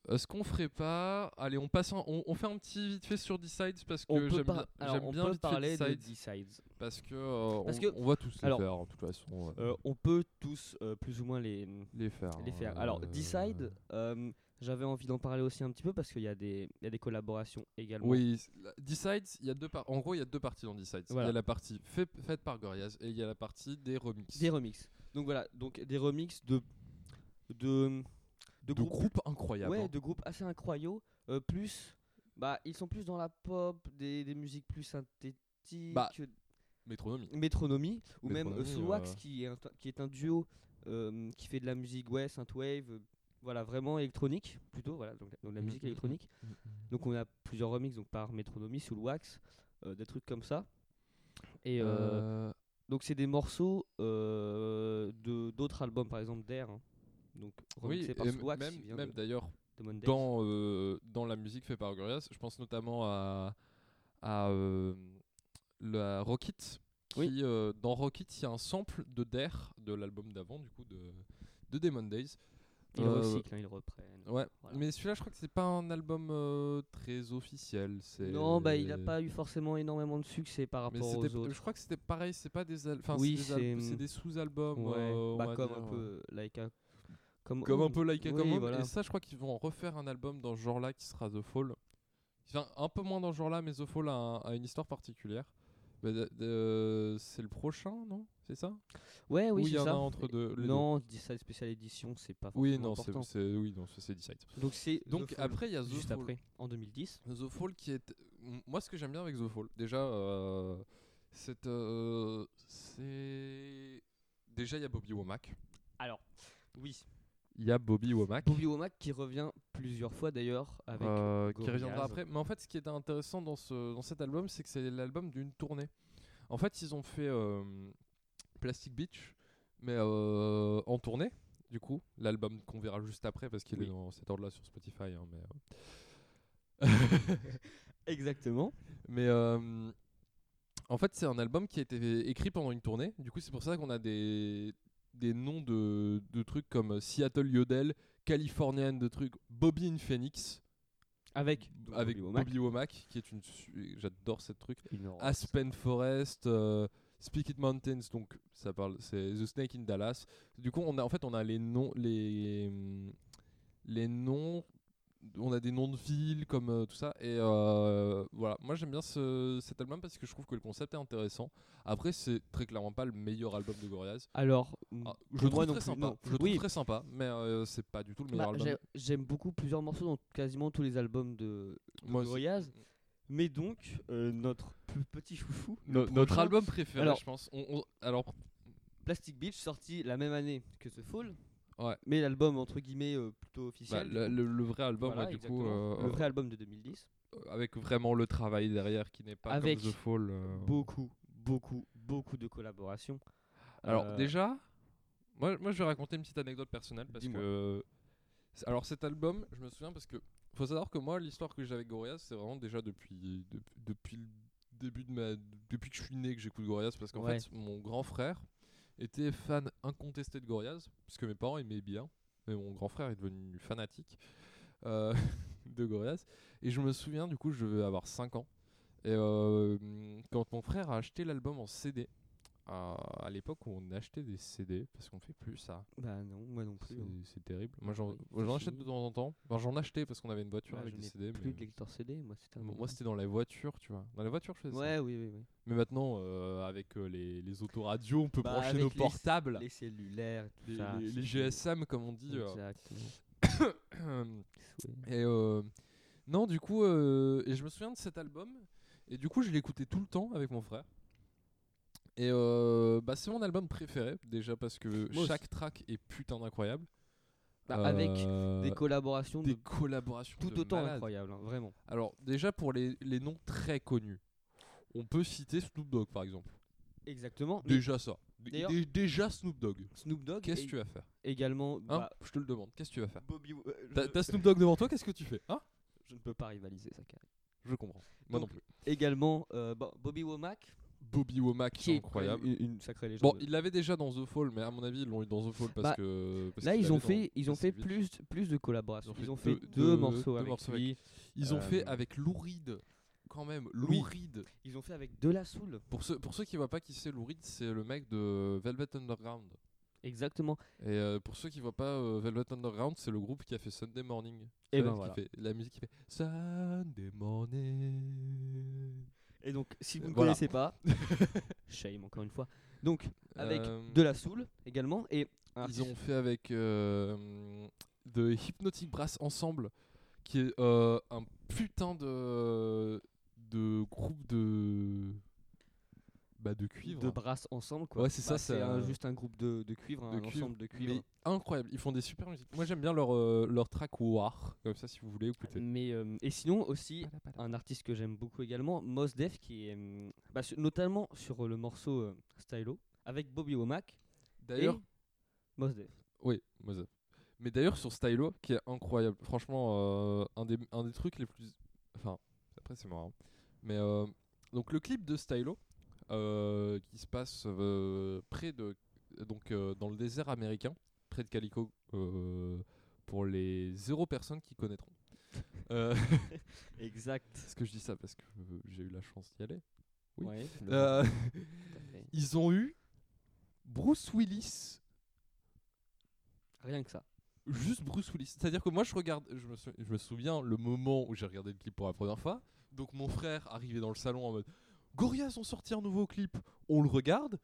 [SPEAKER 1] Euh, ce qu'on ferait pas, allez, on passe, en- on, on fait un petit vite fait sur Decides parce
[SPEAKER 2] On
[SPEAKER 1] que
[SPEAKER 2] peut
[SPEAKER 1] j'aime
[SPEAKER 2] par-
[SPEAKER 1] bien,
[SPEAKER 2] alors,
[SPEAKER 1] j'aime
[SPEAKER 2] on
[SPEAKER 1] bien
[SPEAKER 2] peut
[SPEAKER 1] vite fait
[SPEAKER 2] parler de
[SPEAKER 1] Decides
[SPEAKER 2] Decides.
[SPEAKER 1] parce que euh,
[SPEAKER 2] Parce
[SPEAKER 1] on,
[SPEAKER 2] que-
[SPEAKER 1] on va tous les
[SPEAKER 2] alors,
[SPEAKER 1] faire en toute façon, euh,
[SPEAKER 2] Euh, on peut tous euh, plus ou moins les,
[SPEAKER 1] les faire.
[SPEAKER 2] les faire.
[SPEAKER 1] euh,
[SPEAKER 2] Alors, Decide, euh, j'avais envie d'en parler aussi un petit peu parce qu'il y, a des- il y a des collaborations également.
[SPEAKER 1] Oui, c- la- Decides, il y a deux par- en gros, il y a deux parties dans Decides. Il y
[SPEAKER 2] Voilà.
[SPEAKER 1] a la partie fait- faite par Gorillaz et il y a la partie des remixes.
[SPEAKER 2] Des remixes. Donc voilà, donc des remixes de de de,
[SPEAKER 1] de
[SPEAKER 2] groupes,
[SPEAKER 1] groupes incroyables.
[SPEAKER 2] ouais,
[SPEAKER 1] hein.
[SPEAKER 2] de groupes assez incroyaux. euh, plus, bah ils sont plus dans la pop, des, des musiques plus synthétiques,
[SPEAKER 1] Bah, Métronomie.
[SPEAKER 2] métronomie ou même euh,
[SPEAKER 1] Métronomie,
[SPEAKER 2] Soulwax
[SPEAKER 1] ouais.
[SPEAKER 2] qui est un, qui est un duo euh, qui fait de la musique ouais synthwave, euh, voilà vraiment électronique plutôt voilà donc, donc de la
[SPEAKER 1] Mhm,
[SPEAKER 2] musique
[SPEAKER 1] mhm,
[SPEAKER 2] électronique.
[SPEAKER 1] mhm,
[SPEAKER 2] Donc on a plusieurs remixes donc par métronomie, Soulwax, euh, des trucs comme ça. Et euh,
[SPEAKER 1] Euh,
[SPEAKER 2] donc c'est des morceaux euh, de d'autres albums, par exemple d'Air. hein. Donc remixé
[SPEAKER 1] oui,
[SPEAKER 2] par
[SPEAKER 1] et m-
[SPEAKER 2] Soulwax, qui
[SPEAKER 1] même,
[SPEAKER 2] vient
[SPEAKER 1] même
[SPEAKER 2] de,
[SPEAKER 1] d'ailleurs
[SPEAKER 2] de Mondays.
[SPEAKER 1] dans, euh, dans la musique faite par Gorillaz. Je pense notamment à, à euh, la Rocket. Qui,
[SPEAKER 2] Oui.
[SPEAKER 1] euh, dans Rocket, il y a un sample de Dare, de l'album d'avant, du coup, de, de Demon Days.
[SPEAKER 2] Ils
[SPEAKER 1] Euh,
[SPEAKER 2] recyclent, hein, ils reprennent.
[SPEAKER 1] Ouais,
[SPEAKER 2] Voilà.
[SPEAKER 1] mais celui-là, je crois que c'est pas un album euh, très officiel. c'est-
[SPEAKER 2] Non, bah il a pas eu forcément énormément de succès par
[SPEAKER 1] Mais
[SPEAKER 2] rapport
[SPEAKER 1] c'était-
[SPEAKER 2] aux autres.
[SPEAKER 1] je crois que c'était pareil, c'est pas des, al- enfin,
[SPEAKER 2] Oui,
[SPEAKER 1] c'est des, al-
[SPEAKER 2] c'est-
[SPEAKER 1] c'est des sous-albums.
[SPEAKER 2] Ouais,
[SPEAKER 1] euh, on
[SPEAKER 2] bah,
[SPEAKER 1] va
[SPEAKER 2] comme
[SPEAKER 1] dire.
[SPEAKER 2] un peu like a- comme,
[SPEAKER 1] Comme un
[SPEAKER 2] Home.
[SPEAKER 1] peu Like a
[SPEAKER 2] Oui,
[SPEAKER 1] Common,
[SPEAKER 2] voilà.
[SPEAKER 1] Et ça, je crois qu'ils vont en refaire un album dans ce genre-là qui sera The Fall. Enfin, un peu moins dans ce genre-là, mais The Fall a, un- a une histoire particulière. Bah, Mais de- de- euh, c'est le prochain, non C'est ça
[SPEAKER 2] Ouais, oui,
[SPEAKER 1] Ou il y
[SPEAKER 2] c'est
[SPEAKER 1] en a
[SPEAKER 2] ça.
[SPEAKER 1] un entre deux les deux.
[SPEAKER 2] non, je dis ça spécial édition, c'est pas
[SPEAKER 1] Oui,
[SPEAKER 2] forcément
[SPEAKER 1] non, c'est,
[SPEAKER 2] important.
[SPEAKER 1] c'est- oui, non, ça, c'est Decide.
[SPEAKER 2] Donc c'est The
[SPEAKER 1] Donc
[SPEAKER 2] Fall,
[SPEAKER 1] après, il y a The
[SPEAKER 2] juste
[SPEAKER 1] Fall.
[SPEAKER 2] après en 2010.
[SPEAKER 1] The Fall qui est. M- Moi, ce que j'aime bien avec The Fall, déjà, euh, c'est. euh, c'est. Déjà, il y a Bobby Womack.
[SPEAKER 2] Alors oui,
[SPEAKER 1] Il y a Bobby Womack.
[SPEAKER 2] Bobby Womack qui revient plusieurs fois d'ailleurs avec
[SPEAKER 1] euh, qui
[SPEAKER 2] Gorillaz.
[SPEAKER 1] reviendra après. Mais en fait, ce qui était intéressant dans, ce, dans cet album, c'est que c'est l'album d'une tournée. En fait, ils ont fait euh, Plastic Beach, mais euh, en tournée, du coup. L'album qu'on verra juste après, parce qu'il
[SPEAKER 2] Oui.
[SPEAKER 1] est dans cet ordre-là sur Spotify. hein, mais euh,
[SPEAKER 2] Exactement.
[SPEAKER 1] mais, euh, en fait, c'est un album qui a été écrit pendant une tournée. Du coup, c'est pour ça qu'on a des, des noms de, de trucs comme euh, Seattle Yodel, Californian, de trucs, Bobby in Phoenix.
[SPEAKER 2] Avec, donc,
[SPEAKER 1] avec
[SPEAKER 2] Bobby Womack.
[SPEAKER 1] Bobby Womack, qui est une. su- J'adore cette truc. Aspen Forest, euh, Speak It Mountains, donc ça parle, c'est The Snake in Dallas. Du coup, on a en fait on a les noms, les hum, les noms, on a des noms de villes comme euh, tout ça. Et euh, voilà, moi j'aime bien ce- cet album parce que je trouve que le concept est intéressant. Après, c'est très clairement pas le meilleur album de Gorillaz.
[SPEAKER 2] Alors,
[SPEAKER 1] Ah,
[SPEAKER 2] pour
[SPEAKER 1] je le trouve
[SPEAKER 2] moi non
[SPEAKER 1] très
[SPEAKER 2] plus,
[SPEAKER 1] sympa.
[SPEAKER 2] non.
[SPEAKER 1] Je le trouve
[SPEAKER 2] Oui.
[SPEAKER 1] très sympa, mais euh, c'est pas du tout le
[SPEAKER 2] bah,
[SPEAKER 1] meilleur album.
[SPEAKER 2] j'ai- j'aime beaucoup plusieurs morceaux dans quasiment tous les albums de, de
[SPEAKER 1] Moi aussi.
[SPEAKER 2] Gorillaz. Mais donc, euh, notre plus petit chouchou, le
[SPEAKER 1] No- notre
[SPEAKER 2] prochain,
[SPEAKER 1] album préféré,
[SPEAKER 2] Alors-
[SPEAKER 1] je pense. On- on- alors, bah,
[SPEAKER 2] Plastic Beach, sorti la même année que The Fall.
[SPEAKER 1] Ouais.
[SPEAKER 2] Mais l'album, entre guillemets, euh, plutôt
[SPEAKER 1] bah,
[SPEAKER 2] officiel.
[SPEAKER 1] le, le- le vrai album,
[SPEAKER 2] Voilà,
[SPEAKER 1] ouais, du coup,
[SPEAKER 2] exactement.
[SPEAKER 1] euh,
[SPEAKER 2] le vrai album de 2010.
[SPEAKER 1] euh, avec vraiment le travail derrière qui n'est pas
[SPEAKER 2] Avec
[SPEAKER 1] comme The Fall. euh.
[SPEAKER 2] Beaucoup, beaucoup, beaucoup de collaborations.
[SPEAKER 1] Alors
[SPEAKER 2] Euh,
[SPEAKER 1] déjà, moi, moi je vais raconter une petite anecdote personnelle parce
[SPEAKER 2] Dis-moi.
[SPEAKER 1] que c'est- alors cet album, je me souviens parce que faut savoir que moi l'histoire que j'ai avec Gorillaz, c'est vraiment déjà depuis dep- depuis le début de ma depuis que je suis né que j'écoute Gorillaz parce qu'en
[SPEAKER 2] Ouais.
[SPEAKER 1] fait mon grand frère était fan incontesté de Gorillaz parce que mes parents aimaient bien mais mon grand frère est devenu fanatique euh, de Gorillaz et je me souviens du coup je devais avoir 5 ans et euh, quand mon frère a acheté l'album en CD à, à l'époque où on achetait des CD parce qu'on fait plus ça
[SPEAKER 2] Bah non, moi non plus.
[SPEAKER 1] c'est-
[SPEAKER 2] hein.
[SPEAKER 1] C'est terrible. Moi, j'en
[SPEAKER 2] Oui,
[SPEAKER 1] moi, j'en
[SPEAKER 2] c'est
[SPEAKER 1] achète
[SPEAKER 2] fini.
[SPEAKER 1] de temps en temps. Enfin, j'en achetais parce qu'on avait une voiture
[SPEAKER 2] Bah,
[SPEAKER 1] avec
[SPEAKER 2] je
[SPEAKER 1] des
[SPEAKER 2] n'ai
[SPEAKER 1] CD.
[SPEAKER 2] Plus
[SPEAKER 1] mais-
[SPEAKER 2] de lecteur CD, moi c'était un
[SPEAKER 1] Bon,
[SPEAKER 2] moment.
[SPEAKER 1] Moi, c'était dans la voiture, tu vois. Dans la voiture, je faisais ça.
[SPEAKER 2] Ouais, oui, oui, oui.
[SPEAKER 1] Mais maintenant, euh, avec euh, les, les autoradios, on peut
[SPEAKER 2] Bah,
[SPEAKER 1] brancher
[SPEAKER 2] avec
[SPEAKER 1] nos
[SPEAKER 2] les-
[SPEAKER 1] portables.
[SPEAKER 2] Les cellulaires, et tout
[SPEAKER 1] Les,
[SPEAKER 2] ça.
[SPEAKER 1] les-
[SPEAKER 2] c'est
[SPEAKER 1] les
[SPEAKER 2] fini.
[SPEAKER 1] GSM, comme on dit. euh,
[SPEAKER 2] Exactement.
[SPEAKER 1] Et euh, non, du coup, euh, et je me souviens de cet album. Et du coup, je l'écoutais tout le temps avec mon frère. Et euh, bah, c'est mon album préféré, déjà parce que
[SPEAKER 2] Moi aussi.
[SPEAKER 1] chaque track est putain d'incroyable.
[SPEAKER 2] Bah, avec Des
[SPEAKER 1] Euh,
[SPEAKER 2] collaborations
[SPEAKER 1] des
[SPEAKER 2] de
[SPEAKER 1] collaborations
[SPEAKER 2] tout
[SPEAKER 1] de
[SPEAKER 2] autant
[SPEAKER 1] malades.
[SPEAKER 2] incroyables, hein, vraiment.
[SPEAKER 1] Alors déjà pour les, les noms très connus, on peut citer Snoop Dogg par exemple.
[SPEAKER 2] Exactement. mais
[SPEAKER 1] Déjà ça. Dé-
[SPEAKER 2] D'ailleurs-
[SPEAKER 1] dé- déjà Snoop Dogg.
[SPEAKER 2] Snoop Dogg
[SPEAKER 1] Qu'est-ce
[SPEAKER 2] est
[SPEAKER 1] que tu vas faire
[SPEAKER 2] également
[SPEAKER 1] hein
[SPEAKER 2] bah,
[SPEAKER 1] Je te le demande. Qu'est-ce que tu vas faire
[SPEAKER 2] Bobby. euh,
[SPEAKER 1] T'as
[SPEAKER 2] je,
[SPEAKER 1] t'as Snoop Dogg devant toi, qu'est-ce que tu fais Hein
[SPEAKER 2] je ne peux pas rivaliser sa carrière.
[SPEAKER 1] Je comprends. Moi non
[SPEAKER 2] Donc,
[SPEAKER 1] plus.
[SPEAKER 2] Également euh, bah, Bobby Womack.
[SPEAKER 1] Bobby Womack
[SPEAKER 2] qui est quand même
[SPEAKER 1] incroyable.
[SPEAKER 2] Une, une sacrée légende.
[SPEAKER 1] Bon, ils l'avaient déjà dans The Fall, mais à mon avis, ils l'ont eu dans The Fall parce
[SPEAKER 2] Bah,
[SPEAKER 1] que. parce
[SPEAKER 2] Là,
[SPEAKER 1] qu'il
[SPEAKER 2] ils ont
[SPEAKER 1] l'avait
[SPEAKER 2] fait,
[SPEAKER 1] dans
[SPEAKER 2] ils ont fait
[SPEAKER 1] Pacific.
[SPEAKER 2] plus, de- plus de collaborations. Ils ont fait, deux,
[SPEAKER 1] deux-
[SPEAKER 2] morceaux
[SPEAKER 1] deux
[SPEAKER 2] avec
[SPEAKER 1] morceaux avec
[SPEAKER 2] lui.
[SPEAKER 1] Ils ont
[SPEAKER 2] Euh,
[SPEAKER 1] fait avec Lou Reed, quand même. Lou
[SPEAKER 2] Oui.
[SPEAKER 1] Reed.
[SPEAKER 2] Ils ont fait avec De La Soul.
[SPEAKER 1] Pour ceux, pour ceux qui voient pas qui c'est Lou Reed, c'est le mec de Velvet Underground.
[SPEAKER 2] Exactement.
[SPEAKER 1] Et euh, pour ceux qui voient pas euh, Velvet Underground, c'est le groupe qui a fait Sunday Morning.
[SPEAKER 2] Et
[SPEAKER 1] Tu
[SPEAKER 2] ben
[SPEAKER 1] vois, qui
[SPEAKER 2] voilà.
[SPEAKER 1] fait- la musique qui fait Sunday Morning.
[SPEAKER 2] Et donc, si vous ne
[SPEAKER 1] Voilà.
[SPEAKER 2] connaissez pas, shame encore une fois. Donc, avec
[SPEAKER 1] Euh,
[SPEAKER 2] De La Soul également et un
[SPEAKER 1] ils
[SPEAKER 2] artiste-
[SPEAKER 1] ont fait avec euh, The Hypnotic Brass Ensemble, qui est euh, un putain de de groupe de bah de cuivre.
[SPEAKER 2] de brasses ensemble quoi. Bah,
[SPEAKER 1] Ouais, c'est ça,
[SPEAKER 2] C'est
[SPEAKER 1] ça-
[SPEAKER 2] un- juste un groupe de, de cuivre, un
[SPEAKER 1] de cuivre,
[SPEAKER 2] ensemble de
[SPEAKER 1] mais
[SPEAKER 2] cuivre.
[SPEAKER 1] incroyable, ils font des super musiques. Moi j'aime bien leur, euh, leur track War, comme ça si vous voulez écouter.
[SPEAKER 2] Mais euh, et sinon aussi un artiste que j'aime beaucoup également, Mos Def, qui est euh, bah, su- notamment sur le morceau euh, Stylo avec Bobby Womack et
[SPEAKER 1] D'ailleurs,
[SPEAKER 2] Mos Def.
[SPEAKER 1] Oui, Mozart. Mais d'ailleurs, sur Stylo, qui est incroyable, franchement, euh, un, des, un des trucs les plus. Enfin, après, c'est marrant. Mais euh, donc, le clip de Stylo, euh, qui se passe euh, près de. Donc, euh, dans le désert américain, près de Calico, euh, pour les zéro personnes qui connaîtront. Euh,
[SPEAKER 2] Exact.
[SPEAKER 1] Est-ce que je dis ça parce que euh, j'ai eu la chance d'y aller Oui.
[SPEAKER 2] Ouais, le-
[SPEAKER 1] Euh,
[SPEAKER 2] tout à fait.
[SPEAKER 1] Ils ont eu Bruce Willis
[SPEAKER 2] Rien que ça.
[SPEAKER 1] juste Bruce Willis. C'est-à-dire que moi, je regarde, je me, sou- je me souviens le moment où j'ai regardé le clip pour la première fois. Donc mon frère arrivait dans le salon en mode Gorillaz ont sorti un nouveau clip. On le regarde,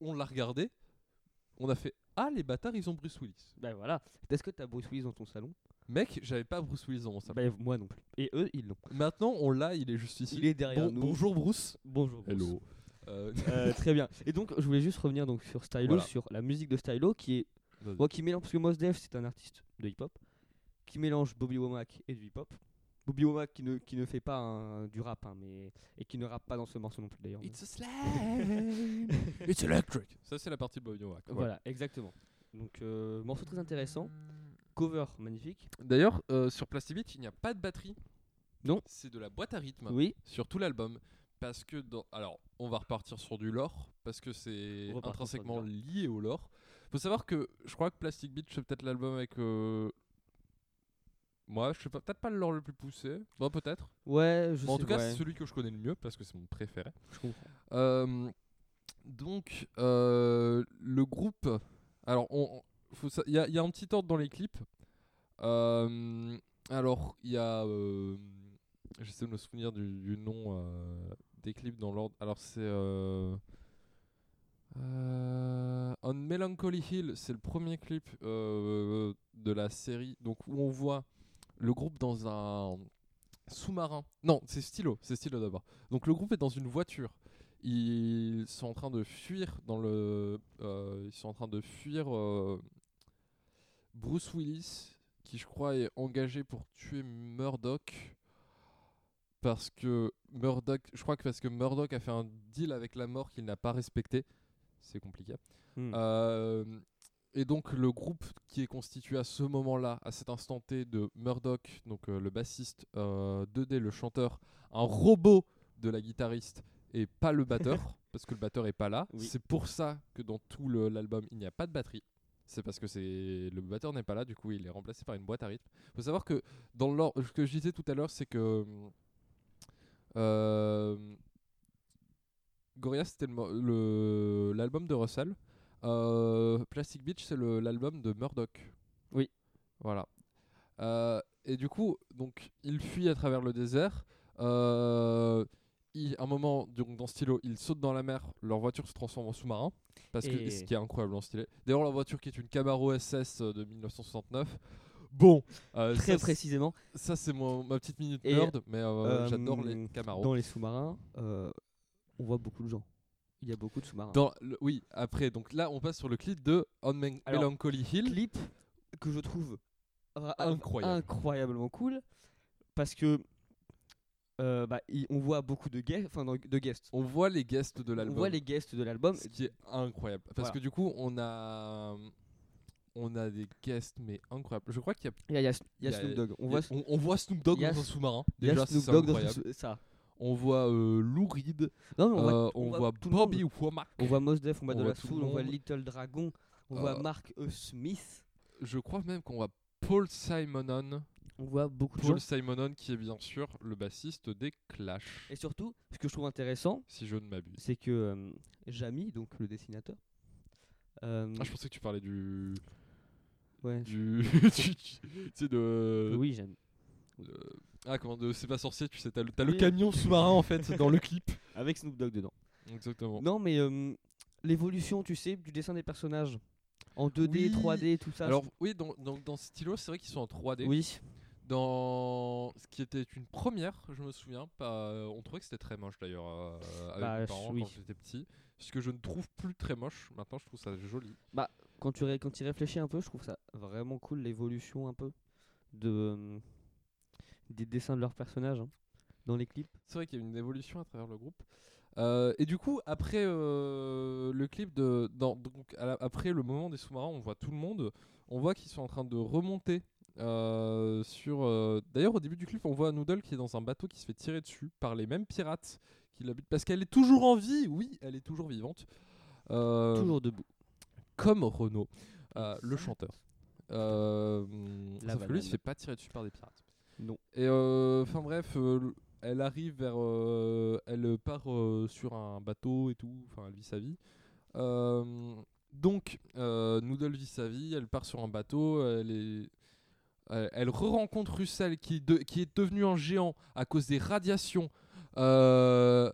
[SPEAKER 1] on l'a regardé, on a fait ah les bâtards ils ont Bruce Willis.
[SPEAKER 2] Ben voilà. Est-ce que t'as Bruce Willis dans ton salon
[SPEAKER 1] Mec, j'avais pas Bruce Willis dans mon salon.
[SPEAKER 2] Ben moi non plus. Et eux ils l'ont.
[SPEAKER 1] Maintenant on l'a, il est juste ici.
[SPEAKER 2] Il est derrière
[SPEAKER 1] Bon-
[SPEAKER 2] nous.
[SPEAKER 1] Bonjour Bruce.
[SPEAKER 2] Bonjour. Bruce.
[SPEAKER 1] Euh,
[SPEAKER 2] Euh, très bien. Et donc je voulais juste revenir donc sur Stylo,
[SPEAKER 1] Voilà.
[SPEAKER 2] sur la musique de Stylo qui est
[SPEAKER 1] vas-y.
[SPEAKER 2] Moi qui mélange, parce que Mos Def c'est un artiste de hip-hop, qui mélange Bobby Womack et du hip-hop. Bobby Womack qui ne, qui ne fait pas un- du rap, hein, mais, et qui ne rappe pas dans ce morceau non plus d'ailleurs. mais-
[SPEAKER 1] It's a slave. It's electric. Ça c'est la partie de Bobby Wack.
[SPEAKER 2] Voilà, exactement. Donc, euh, morceau très intéressant, cover magnifique.
[SPEAKER 1] D'ailleurs, euh, sur Plastic Beach, il n'y a pas de batterie.
[SPEAKER 2] Non.
[SPEAKER 1] C'est de la boîte à rythme
[SPEAKER 2] Oui,
[SPEAKER 1] sur tout l'album. Parce que dans. Alors, on va repartir sur du lore, parce que c'est
[SPEAKER 2] On repart sur du
[SPEAKER 1] intrinsèquement lié au lore. Faut savoir que je crois que Plastic Beach, c'est peut-être l'album avec. euh, Moi, je sais pas, peut-être pas le lore le plus poussé. Bon, peut-être.
[SPEAKER 2] ouais, je
[SPEAKER 1] Mais en
[SPEAKER 2] sais,
[SPEAKER 1] tout cas,
[SPEAKER 2] ouais,
[SPEAKER 1] c'est celui que je connais le mieux, parce que c'est mon préféré.
[SPEAKER 2] je comprends.
[SPEAKER 1] Euh, donc, euh, le groupe. Alors, on, on- faut sa- il y, a- il y a un petit ordre dans les clips. Euh, alors, il y a. euh, J'essaie de me souvenir du, du nom euh, des clips dans l'ordre. Alors, c'est. euh, euh, On Melancholy Hill, c'est le premier clip euh, de la série. Donc, où on voit le groupe dans un sous-marin. Non, c'est stylo, c'est stylo d'abord. Donc, le groupe est dans une voiture ils sont en train de fuir dans le euh, ils sont en train de fuir euh, Bruce Willis qui je crois est engagé pour tuer Murdoch parce que Murdoch je crois que parce que Murdoch a fait un deal avec la mort qu'il n'a pas respecté c'est compliqué
[SPEAKER 2] Hmm.
[SPEAKER 1] euh, et donc le groupe qui est constitué à ce moment-là, à cet instant T, de Murdoch, donc euh, le bassiste, euh, 2D, le chanteur, un robot de la guitariste et pas le batteur, parce que le batteur est pas là.
[SPEAKER 2] Oui.
[SPEAKER 1] C'est pour ça que dans tout le- l'album, il n'y a pas de batterie. C'est parce que c'est le batteur n'est pas là, du coup il est remplacé par une boîte à rythme. Faut savoir que dans l'or- ce que je disais tout à l'heure, c'est que euh, Gorillaz c'était le mo- le- l'album de Russell. Euh, Plastic Beach, c'est le- l'album de Murdoch.
[SPEAKER 2] Oui.
[SPEAKER 1] Voilà. Euh, et du coup, donc, il fuit à travers le désert. Euh, il- à un moment, donc, dans Stylo, il saute dans la mer. Leur voiture se transforme en sous-marin. Parce que
[SPEAKER 2] Et-
[SPEAKER 1] ce qui est incroyable dans Stylo. D'ailleurs, leur voiture qui est une Camaro SS de 1969. Bon, euh, ça,
[SPEAKER 2] très
[SPEAKER 1] c'est-
[SPEAKER 2] précisément,
[SPEAKER 1] Ça, c'est mon- ma petite minute
[SPEAKER 2] Et,
[SPEAKER 1] nerd, mais euh,
[SPEAKER 2] euh,
[SPEAKER 1] j'adore les Camaros.
[SPEAKER 2] dans les sous-marins, euh, on voit beaucoup de gens. Il y a beaucoup de sous-marins.
[SPEAKER 1] Dans le- oui, après, donc là, on passe sur le clip de On Men-
[SPEAKER 2] Alors,
[SPEAKER 1] Melancholy Hill.
[SPEAKER 2] clip que je trouve ra-
[SPEAKER 1] Ah, Incroyable.
[SPEAKER 2] incroyablement cool parce que euh, bah, il- on voit beaucoup de guests, enfin dans- de guests.
[SPEAKER 1] On voit les guests de
[SPEAKER 2] On
[SPEAKER 1] l'album.
[SPEAKER 2] voit les guests de l'album.
[SPEAKER 1] Ce qui est incroyable. Parce
[SPEAKER 2] Voilà.
[SPEAKER 1] que du coup, on a. On a des guests, mais incroyables. Je crois qu'il y a.
[SPEAKER 2] Il y a, il y a- il y
[SPEAKER 1] il
[SPEAKER 2] a
[SPEAKER 1] y a-
[SPEAKER 2] Snoop Dogg. On
[SPEAKER 1] il y
[SPEAKER 2] voit
[SPEAKER 1] a- on, on voit Snoop Dogg
[SPEAKER 2] il y a
[SPEAKER 1] dans un sous-marin.
[SPEAKER 2] il y a
[SPEAKER 1] Déjà, ça,
[SPEAKER 2] Snoop
[SPEAKER 1] c'est
[SPEAKER 2] Dogg dans
[SPEAKER 1] incroyable.
[SPEAKER 2] ce- ça.
[SPEAKER 1] on voit euh, Lou Reed,
[SPEAKER 2] Non, mais on, voit,
[SPEAKER 1] euh, on,
[SPEAKER 2] on voit
[SPEAKER 1] voit,
[SPEAKER 2] tout le
[SPEAKER 1] Bobby Womack.
[SPEAKER 2] on voit Mos Def, on voit
[SPEAKER 1] on
[SPEAKER 2] De La
[SPEAKER 1] voit tout le
[SPEAKER 2] Soul, on voit
[SPEAKER 1] monde.
[SPEAKER 2] Little Dragon, on voit
[SPEAKER 1] Euh,
[SPEAKER 2] Mark E. Smith,
[SPEAKER 1] Je crois même qu'on voit Paul Simonon.
[SPEAKER 2] on voit beaucoup de gens.
[SPEAKER 1] Paul Simonon qui est bien sûr le bassiste des Clash,
[SPEAKER 2] Et surtout, ce que je trouve intéressant,
[SPEAKER 1] si je ne m'abuse.
[SPEAKER 2] c'est que euh, Jamy, donc le dessinateur, euh,
[SPEAKER 1] Ah, je pensais que tu parlais du.
[SPEAKER 2] ouais,
[SPEAKER 1] du. du- tu sais, de.
[SPEAKER 2] oui, Jamy.
[SPEAKER 1] de- Ah, comment de. C'est pas sorcier, tu sais, t'as le, t'as le
[SPEAKER 2] Oui.
[SPEAKER 1] camion sous-marin en fait dans le clip.
[SPEAKER 2] Avec Snoop Dogg dedans.
[SPEAKER 1] Exactement.
[SPEAKER 2] Non, mais euh, l'évolution, tu sais, du dessin des personnages en 2D,
[SPEAKER 1] Oui.
[SPEAKER 2] 3D, tout ça.
[SPEAKER 1] Alors, oui, dans, dans, dans Stylo, c'est vrai qu'ils sont en 3D.
[SPEAKER 2] oui,
[SPEAKER 1] Dans ce qui était une première, je me souviens, pas, euh, on trouvait que c'était très moche d'ailleurs euh, avec
[SPEAKER 2] Bah,
[SPEAKER 1] mes
[SPEAKER 2] je-
[SPEAKER 1] parents
[SPEAKER 2] oui.
[SPEAKER 1] quand j'étais petit. Ce que je ne trouve plus très moche, maintenant je trouve ça joli.
[SPEAKER 2] quand tu ré- quand tu réfléchis un peu, je trouve ça vraiment cool l'évolution un peu de euh, des dessins de leurs personnages hein, dans les clips.
[SPEAKER 1] C'est vrai qu'il y a une évolution à travers le groupe. Euh, et du coup, après euh, le clip de, dans- donc, à la- après le moment des sous-marins, on voit tout le monde. On voit qu'ils sont en train de remonter euh, sur. euh, D'ailleurs, au début du clip, on voit Noodle qui est dans un bateau qui se fait tirer dessus par les mêmes pirates qui l'habitent parce qu'elle est toujours en vie. Oui, elle est toujours vivante. Euh,
[SPEAKER 2] Toujours debout.
[SPEAKER 1] comme Renaud, euh, le
[SPEAKER 2] Exact.
[SPEAKER 1] chanteur. Euh,
[SPEAKER 2] La
[SPEAKER 1] sauf que lui, il se
[SPEAKER 2] banane.
[SPEAKER 1] fait pas tirer dessus par des pirates.
[SPEAKER 2] Non.
[SPEAKER 1] Et euh, enfin bref, euh, l- elle arrive vers, euh, elle part euh, sur un bateau et tout. Enfin, elle vit sa vie. Euh, donc, euh, Noodle vit sa vie. Elle part sur un bateau. Elle est euh, elle re-rencontre Russell qui, de- qui est devenu un géant à cause des radiations. Euh,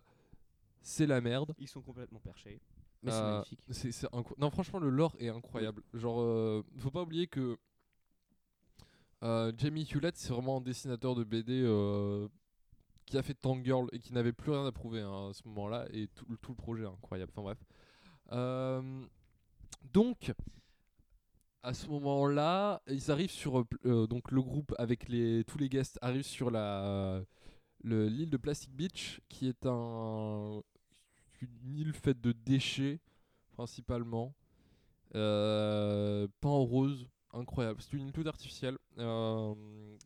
[SPEAKER 1] c'est la merde.
[SPEAKER 2] Ils sont complètement perchés.
[SPEAKER 1] mais c'est Euh, magnifique. C'est, c'est incro- Non, franchement, le lore est incroyable. Genre, euh, faut pas oublier que euh, Jamie Hewlett, c'est vraiment un dessinateur de BD euh, qui a fait Tangirl et qui n'avait plus rien à prouver hein, à ce moment-là. Et tout, le- tout le projet est incroyable. Enfin, bref. Euh, donc, à ce moment-là, ils arrivent sur. euh, pl- euh, donc, le groupe avec les, tous les guests arrive sur la. le- L'île de Plastic Beach, qui est un, une île faite de déchets principalement. Euh, peint en rose, incroyable. C'est une île toute artificielle euh,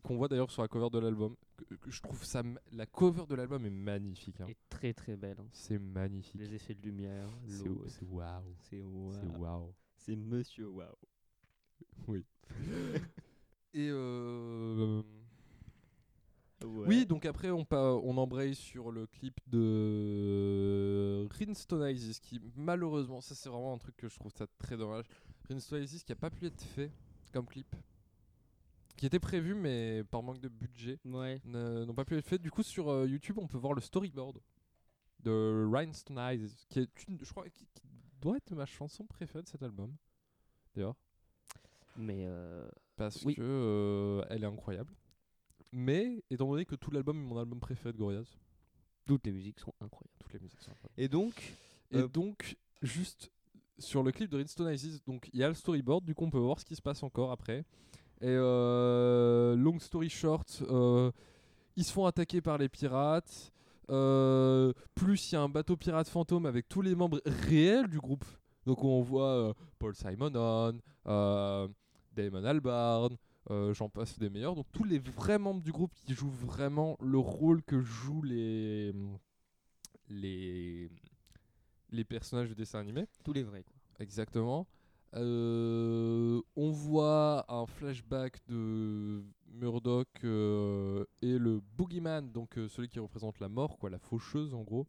[SPEAKER 1] qu'on voit d'ailleurs sur la cover de l'album. Que- que Je trouve ça, ma- la cover de l'album est magnifique. hein.
[SPEAKER 2] est très très belle. hein.
[SPEAKER 1] C'est magnifique.
[SPEAKER 2] Les effets de lumière,
[SPEAKER 1] C'est
[SPEAKER 2] l'eau.
[SPEAKER 1] c'est waouh.
[SPEAKER 2] C'est
[SPEAKER 1] C'est
[SPEAKER 2] waouh.
[SPEAKER 1] waouh.
[SPEAKER 2] C'est Monsieur Waouh.
[SPEAKER 1] Et euh,
[SPEAKER 2] Ouais.
[SPEAKER 1] oui, donc après on pa- on embraye sur le clip de Rinstone Isis qui malheureusement, ça c'est vraiment un truc que je trouve ça très dommage. Rinstone Isis qui a pas pu être fait comme clip, qui était prévu mais par manque de budget.
[SPEAKER 2] Ouais.
[SPEAKER 1] ne- n'ont pas pu être faits. Du coup, sur euh, YouTube, on peut voir le storyboard de Rhinestone Eyes, qui est une, je crois, qui, qui doit être ma chanson préférée de cet album, d'ailleurs,
[SPEAKER 2] Mais euh,
[SPEAKER 1] parce
[SPEAKER 2] Oui.
[SPEAKER 1] que euh, elle est incroyable. Mais étant donné que tout l'album est mon album préféré de Gorillaz,
[SPEAKER 2] toutes les musiques sont incroyables.
[SPEAKER 1] toutes les musiques sont incroyables.
[SPEAKER 2] Et donc,
[SPEAKER 1] Et
[SPEAKER 2] Euh,
[SPEAKER 1] donc, juste sur le clip de Rhinestone Eyes, donc il y a le storyboard, du coup, on peut voir ce qui se passe encore après. Et euh, long story short, euh, ils se font attaquer par les pirates. Euh, plus il y a un bateau pirate fantôme avec tous les membres réels du groupe. Donc on voit euh, Paul Simonon, euh, Damon Albarn, euh, j'en passe des meilleurs. Donc tous les vrais membres du groupe qui jouent vraiment le rôle que jouent les les les personnages du dessin animé.
[SPEAKER 2] tous les vrais. Quoi.
[SPEAKER 1] Exactement. Euh, on voit un flashback de Murdoch euh, et le Boogeyman, donc euh, celui qui représente la mort, quoi, la faucheuse en gros.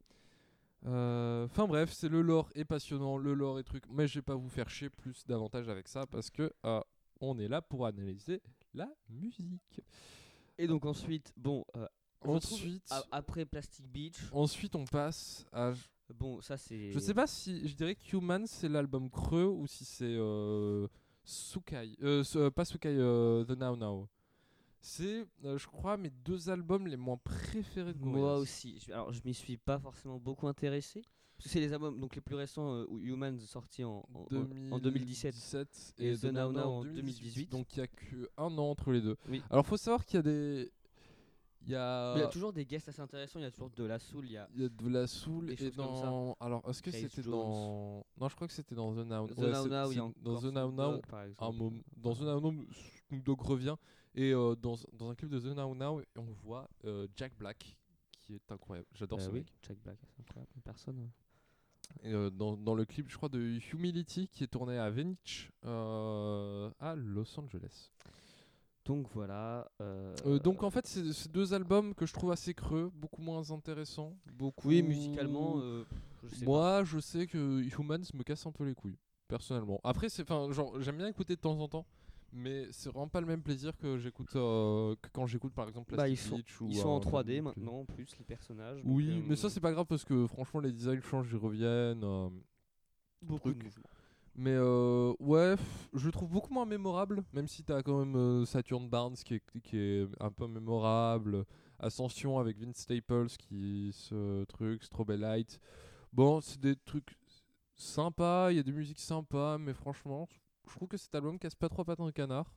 [SPEAKER 1] Euh, Enfin bref, c'est le lore est passionnant, le lore est truc, mais je vais pas vous faire chier plus davantage avec ça parce que euh, on est là pour analyser la musique.
[SPEAKER 2] Et donc ensuite, bon, euh, je trouve,
[SPEAKER 1] Ensuite,
[SPEAKER 2] a- après Plastic Beach,
[SPEAKER 1] ah. ensuite on passe à
[SPEAKER 2] bon, ça c'est.
[SPEAKER 1] Je sais pas si je dirais que Human c'est l'album creux ou si c'est euh, Sukai, Euh, s- euh, pas Sukai, euh, The Now Now. C'est, euh, je crois, mes deux albums les moins préférés de Gorillaz.
[SPEAKER 2] Moi aussi. Je- Alors, je m'y suis pas forcément beaucoup intéressé. Parce que c'est les albums donc les plus récents euh, où Humans sorti en, en- en- en 2017.
[SPEAKER 1] 2017
[SPEAKER 2] et The Now Now en 2018.
[SPEAKER 1] Donc il y a que un an entre les deux.
[SPEAKER 2] Oui.
[SPEAKER 1] Alors faut savoir qu'il y a des, il y
[SPEAKER 2] Mais Il y a
[SPEAKER 1] a,
[SPEAKER 2] toujours des guests assez intéressants. Il y a toujours de la soul. Il y a
[SPEAKER 1] il y a de la soul
[SPEAKER 2] des
[SPEAKER 1] et
[SPEAKER 2] choses comme ça.
[SPEAKER 1] dans, alors est-ce que
[SPEAKER 2] Chase
[SPEAKER 1] c'était
[SPEAKER 2] Jones.
[SPEAKER 1] dans, non je crois que c'était dans The Now
[SPEAKER 2] The
[SPEAKER 1] Ouais,
[SPEAKER 2] Now
[SPEAKER 1] c'est-
[SPEAKER 2] Now. Il y
[SPEAKER 1] c'est
[SPEAKER 2] a
[SPEAKER 1] dans
[SPEAKER 2] encore
[SPEAKER 1] The Now
[SPEAKER 2] Snoop
[SPEAKER 1] Now
[SPEAKER 2] Dogg, par exemple.
[SPEAKER 1] un mom- dans un Now Now, Snoop Dogg revient et euh, dans, dans un clip de The Now Now, on voit euh, Jack Black qui est incroyable. J'adore
[SPEAKER 2] Euh,
[SPEAKER 1] ce
[SPEAKER 2] oui,
[SPEAKER 1] mec.
[SPEAKER 2] Jack Black, c'est incroyable. Personne. euh.
[SPEAKER 1] Et, euh, dans, dans le clip, je crois, de Humility qui est tourné à Venice, euh, à Los Angeles.
[SPEAKER 2] Euh, Donc voilà. euh,
[SPEAKER 1] Euh, donc en fait, c'est c'est deux albums que je trouve assez creux, beaucoup moins intéressants. Beaucoup...
[SPEAKER 2] oui, musicalement, euh, je sais
[SPEAKER 1] Moi, je sais que Humans me casse un peu les couilles, personnellement. Après, c'est, enfin, genre, j'aime bien écouter de temps en temps, mais c'est vraiment pas le même plaisir que j'écoute euh, que quand j'écoute par exemple
[SPEAKER 2] Bah, ils
[SPEAKER 1] Plastic
[SPEAKER 2] sont-
[SPEAKER 1] Beach
[SPEAKER 2] pas.
[SPEAKER 1] ou
[SPEAKER 2] Ils sont en
[SPEAKER 1] un-
[SPEAKER 2] 3D
[SPEAKER 1] un-
[SPEAKER 2] maintenant en plus, les personnages. donc,
[SPEAKER 1] Oui,
[SPEAKER 2] euh,
[SPEAKER 1] mais ça c'est pas grave parce que franchement les designs changent, ils reviennent. euh,
[SPEAKER 2] beaucoup de
[SPEAKER 1] truc.
[SPEAKER 2] mouvements.
[SPEAKER 1] Mais euh, ouais, pff, je le trouve beaucoup moins mémorable, même si t'as quand même euh, Saturn Barnes qui est, qui est un peu mémorable, Ascension avec Vince Staples qui ce truc, Strobe Light. Bon, c'est des trucs sympas, il y a des musiques sympas, mais franchement, je trouve que cet album casse pas trois pattes dans le canard.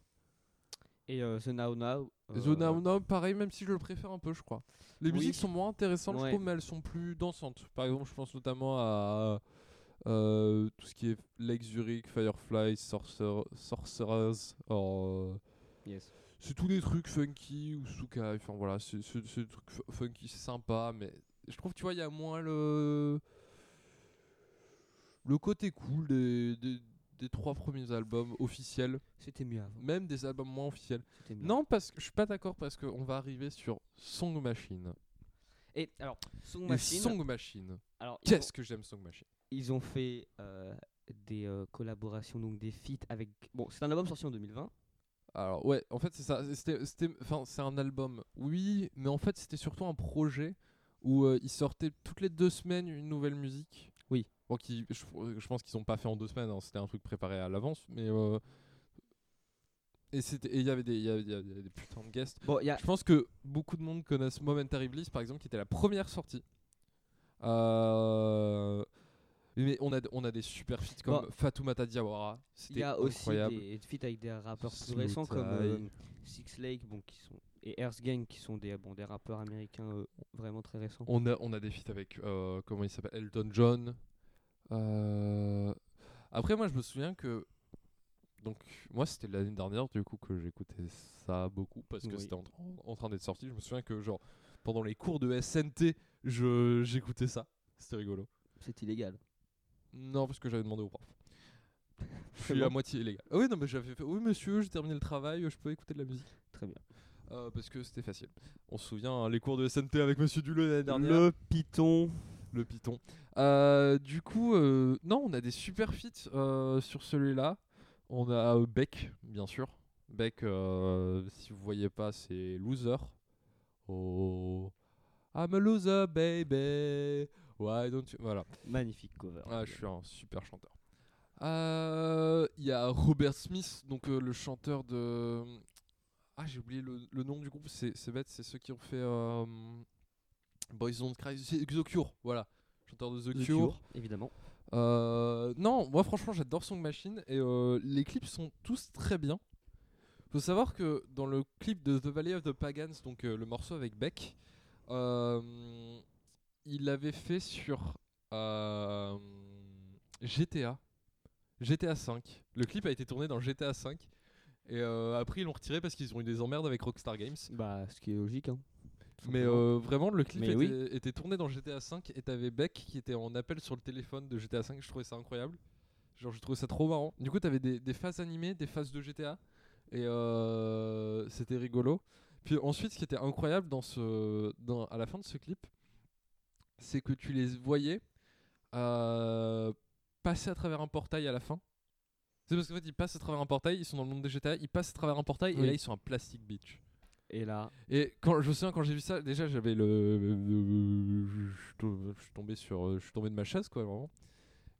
[SPEAKER 2] Et euh, The Now Now.
[SPEAKER 1] The
[SPEAKER 2] euh,
[SPEAKER 1] Now Now, pareil, même si je le préfère un peu, je crois. Les
[SPEAKER 2] Oui.
[SPEAKER 1] musiques sont moins intéressantes,
[SPEAKER 2] Ouais.
[SPEAKER 1] je trouve, mais elles sont plus dansantes. Par exemple, je pense notamment à euh, tout ce qui est Lake Zurich, Firefly, Sorcer- Sorcerers. or, euh,
[SPEAKER 2] Yes.
[SPEAKER 1] c'est tous des trucs funky ou Sukai. Enfin voilà, c'est c'est- c'est des trucs fu- funky, c'est sympa, mais je trouve, tu vois, il y a moins le. Le côté cool des, des, des trois premiers albums officiels,
[SPEAKER 2] C'était mieux avant.
[SPEAKER 1] même des albums moins officiels.
[SPEAKER 2] c'était mieux
[SPEAKER 1] Non, parce que je suis pas d'accord parce qu'on va arriver sur Song Machine.
[SPEAKER 2] Et alors, Song
[SPEAKER 1] Et
[SPEAKER 2] Machine.
[SPEAKER 1] Song Machine.
[SPEAKER 2] Alors, ils, ont,
[SPEAKER 1] Qu'est-ce que j'aime Song Machine
[SPEAKER 2] ils ont fait euh, des euh, collaborations, donc des feats avec. Bon, c'est un album sorti en 2020.
[SPEAKER 1] Alors ouais, en fait c'est ça. C'était, c'était- enfin c'est un album. Oui, mais en fait c'était surtout un projet où euh, ils sortaient toutes les deux semaines une nouvelle musique.
[SPEAKER 2] Oui.
[SPEAKER 1] Bon, qui, je, je pense qu'ils ont pas fait en deux semaines. hein, c'était un truc préparé à l'avance, mais. euh, et c'était- et il y avait des, il y avait- il y avait des putains de guests.
[SPEAKER 2] Bon, il y a.
[SPEAKER 1] Je pense que beaucoup de monde connaissent Momentary Bliss, par exemple, qui était la première sortie. Euh, Mais on a, on a des super feats comme
[SPEAKER 2] Bon.
[SPEAKER 1] Fatoumata Diawara.
[SPEAKER 2] Il y
[SPEAKER 1] C'était
[SPEAKER 2] a
[SPEAKER 1] incroyable.
[SPEAKER 2] aussi des feats avec des rappeurs plus
[SPEAKER 1] Slow
[SPEAKER 2] récents comme
[SPEAKER 1] Tie.
[SPEAKER 2] euh, Six Lake bon, qui sont, et Earth Gang qui sont des, bon, des rappeurs américains euh, vraiment très récents.
[SPEAKER 1] On, a, on a des feats avec, euh, comment il s'appelle, Elton John. Euh, Après, moi, je me souviens que... Donc, moi, c'était l'année dernière, du coup, que j'écoutais ça beaucoup, parce que
[SPEAKER 2] Oui.
[SPEAKER 1] c'était en, en train d'être sorti. Je me souviens que, genre, pendant les cours de SNT, je- j'écoutais ça. C'était rigolo.
[SPEAKER 2] C'est illégal.
[SPEAKER 1] Non, parce que j'avais demandé au prof. Je
[SPEAKER 2] C'est
[SPEAKER 1] suis à
[SPEAKER 2] bon
[SPEAKER 1] moitié illégal. Ah oui, non, mais j'avais fait. Oui, monsieur, j'ai terminé le travail, je peux écouter de la musique.
[SPEAKER 2] Très bien.
[SPEAKER 1] Euh, parce que c'était facile. On se souvient, hein, les cours de SNT avec monsieur Duleux l'année dernière.
[SPEAKER 2] Le Python.
[SPEAKER 1] Le Python. Euh, du coup, euh, non, on a des super feats euh, sur celui-là. On a euh, Beck, bien sûr. Beck, euh, si vous voyez pas, c'est Loser. Oh. I'm a loser, baby. Why don't you. Voilà.
[SPEAKER 2] Magnifique cover.
[SPEAKER 1] Ah, je suis un super chanteur. Euh, Il y a Robert Smith, donc euh, le chanteur de. Ah, j'ai oublié le, le nom du groupe, c'est c'est bête, c'est ceux qui ont fait euh, Boys Don't Cry, c'est The Cure, voilà, chanteur de The, Cure.
[SPEAKER 2] The Cure, évidemment.
[SPEAKER 1] Euh, non, moi franchement j'adore Song Machine et euh, les clips sont tous très bien. Faut savoir que dans le clip de The Valley of the Pagans, donc euh, le morceau avec Beck, euh, il avait fait sur euh, GTA, GTA 5. Le clip a été tourné dans GTA 5 et euh, après ils l'ont retiré parce qu'ils ont eu des emmerdes avec Rockstar Games.
[SPEAKER 2] Bah, ce qui est logique. Hein. Tout
[SPEAKER 1] Mais
[SPEAKER 2] simplement.
[SPEAKER 1] euh, vraiment, le clip
[SPEAKER 2] Mais
[SPEAKER 1] était,
[SPEAKER 2] oui.
[SPEAKER 1] était tourné dans GTA V et t'avais Beck qui était en appel sur le téléphone de GTA V. Je trouvais ça incroyable. Genre, je trouvais ça trop marrant. Du coup, t'avais des, des phases animées, des phases de GTA. Et euh, c'était rigolo. Puis ensuite, ce qui était incroyable dans ce, dans, à la fin de ce clip, c'est que tu les voyais euh, passer à travers un portail à la fin. C'est parce qu'en fait, ils passent à travers un portail, ils sont dans le monde de GTA, ils passent à travers un portail
[SPEAKER 2] Oui.
[SPEAKER 1] et là, ils sont à Plastic Beach.
[SPEAKER 2] Et là,
[SPEAKER 1] Et quand je me souviens quand j'ai vu ça, déjà j'avais le, le- je suis tom- je suis tombé sur, je suis tombé de ma chaise quoi vraiment.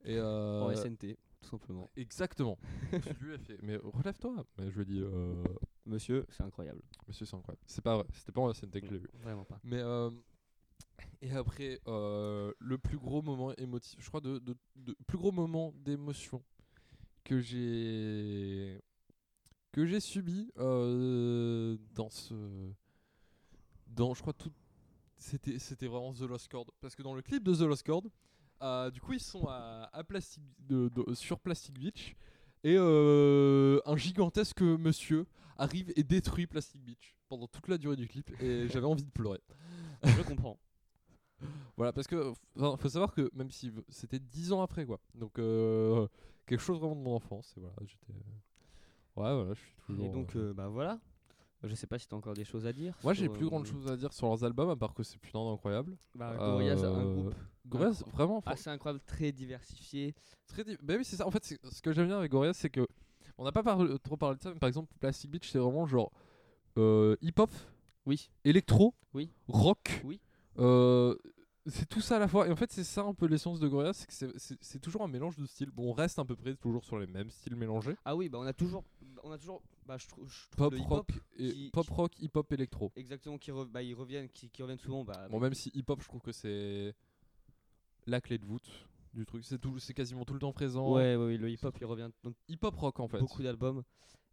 [SPEAKER 1] Et euh,
[SPEAKER 2] en SNT, tout simplement.
[SPEAKER 1] exactement. Je me suis vu, elle fait, mais relève-toi. Mais je lui ai dit, euh,
[SPEAKER 2] Monsieur, c'est incroyable.
[SPEAKER 1] monsieur c'est incroyable. C'est pas vrai, c'était pas en SNT que je l'ai vu.
[SPEAKER 2] Vraiment pas.
[SPEAKER 1] Mais euh, et après euh, le plus gros moment émotif, je crois de, de, de- plus gros moment d'émotion que j'ai que j'ai subi euh, dans ce dans je crois tout c'était c'était vraiment The Lost Chord parce que dans le clip de The Lost Chord euh, du coup ils sont à, à Plastic de- de- sur Plastic Beach et euh, un gigantesque monsieur arrive et détruit Plastic Beach pendant toute la durée du clip et j'avais envie de pleurer
[SPEAKER 2] Je comprends.
[SPEAKER 1] Voilà, parce que enfin, faut savoir que même si c'était 10 ans après, quoi. Donc, euh, quelque chose vraiment de mon enfance. Et voilà, j'étais. euh, Ouais, voilà, je suis toujours.
[SPEAKER 2] Et donc,
[SPEAKER 1] euh,
[SPEAKER 2] euh, bah voilà. Je sais pas si t'as encore des choses à dire.
[SPEAKER 1] Moi,
[SPEAKER 2] sur,
[SPEAKER 1] j'ai plus
[SPEAKER 2] euh,
[SPEAKER 1] grande chose à dire sur leurs albums, à part que c'est putain d'incroyable.
[SPEAKER 2] Bah, Gorillaz a un
[SPEAKER 1] Euh,
[SPEAKER 2] groupe
[SPEAKER 1] Gorillaz,
[SPEAKER 2] Incro-
[SPEAKER 1] vraiment. fran-
[SPEAKER 2] assez incroyable, Ah, très diversifié.
[SPEAKER 1] Très div- Bah oui, c'est ça. En fait, c'est- ce que j'aime bien avec Gorillaz, c'est que on n'a pas parlé- trop parlé de ça, mais par exemple, Plastic Beach, c'est vraiment genre euh, hip-hop,
[SPEAKER 2] Oui.
[SPEAKER 1] électro,
[SPEAKER 2] Oui.
[SPEAKER 1] rock.
[SPEAKER 2] Oui.
[SPEAKER 1] Euh, c'est tout ça à la fois. Et en fait, c'est ça un peu l'essence de Gorillaz, c'est que c'est- c'est c'est toujours un mélange de styles. Bon, on reste à peu près toujours sur les mêmes styles mélangés.
[SPEAKER 2] Ah oui, bah on a toujours, on a toujours, bah je trouve, je trouve
[SPEAKER 1] Pop
[SPEAKER 2] le hip-hop,
[SPEAKER 1] rock et
[SPEAKER 2] qui-
[SPEAKER 1] pop
[SPEAKER 2] qui-
[SPEAKER 1] rock, hip-hop électro.
[SPEAKER 2] exactement, qui, re- bah, ils reviennent, qui, qui reviennent souvent. Bah,
[SPEAKER 1] Bon, même si hip-hop, je trouve que c'est la clé de voûte du truc. C'est tout, c'est quasiment tout le temps présent.
[SPEAKER 2] ouais, ouais, ouais, le hip-hop, il revient dans
[SPEAKER 1] Hip-hop rock en fait.
[SPEAKER 2] beaucoup d'albums,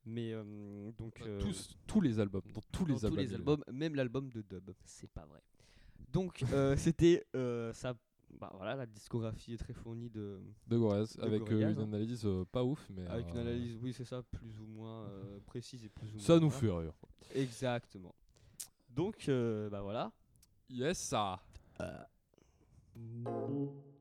[SPEAKER 2] mais euh, donc
[SPEAKER 1] Dans
[SPEAKER 2] euh,
[SPEAKER 1] Bah, tous, tous les albums, dans tous les
[SPEAKER 2] dans
[SPEAKER 1] albums.
[SPEAKER 2] tous
[SPEAKER 1] il
[SPEAKER 2] les
[SPEAKER 1] est.
[SPEAKER 2] albums, même l'album de Dub, c'est pas vrai. Donc euh, c'était euh, ça, bah voilà, la discographie est très fournie de,
[SPEAKER 1] De Gorillaz,
[SPEAKER 2] De
[SPEAKER 1] avec euh,
[SPEAKER 2] Gorillaz,
[SPEAKER 1] une
[SPEAKER 2] hein.
[SPEAKER 1] analyse euh, pas ouf, mais.
[SPEAKER 2] avec une
[SPEAKER 1] euh,
[SPEAKER 2] analyse, oui c'est ça, plus ou moins euh, précise et plus ou
[SPEAKER 1] Ça
[SPEAKER 2] moins.
[SPEAKER 1] nous
[SPEAKER 2] voilà.
[SPEAKER 1] fait rire.
[SPEAKER 2] Exactement. Donc euh, bah voilà.
[SPEAKER 1] Yes, ça.
[SPEAKER 2] Bon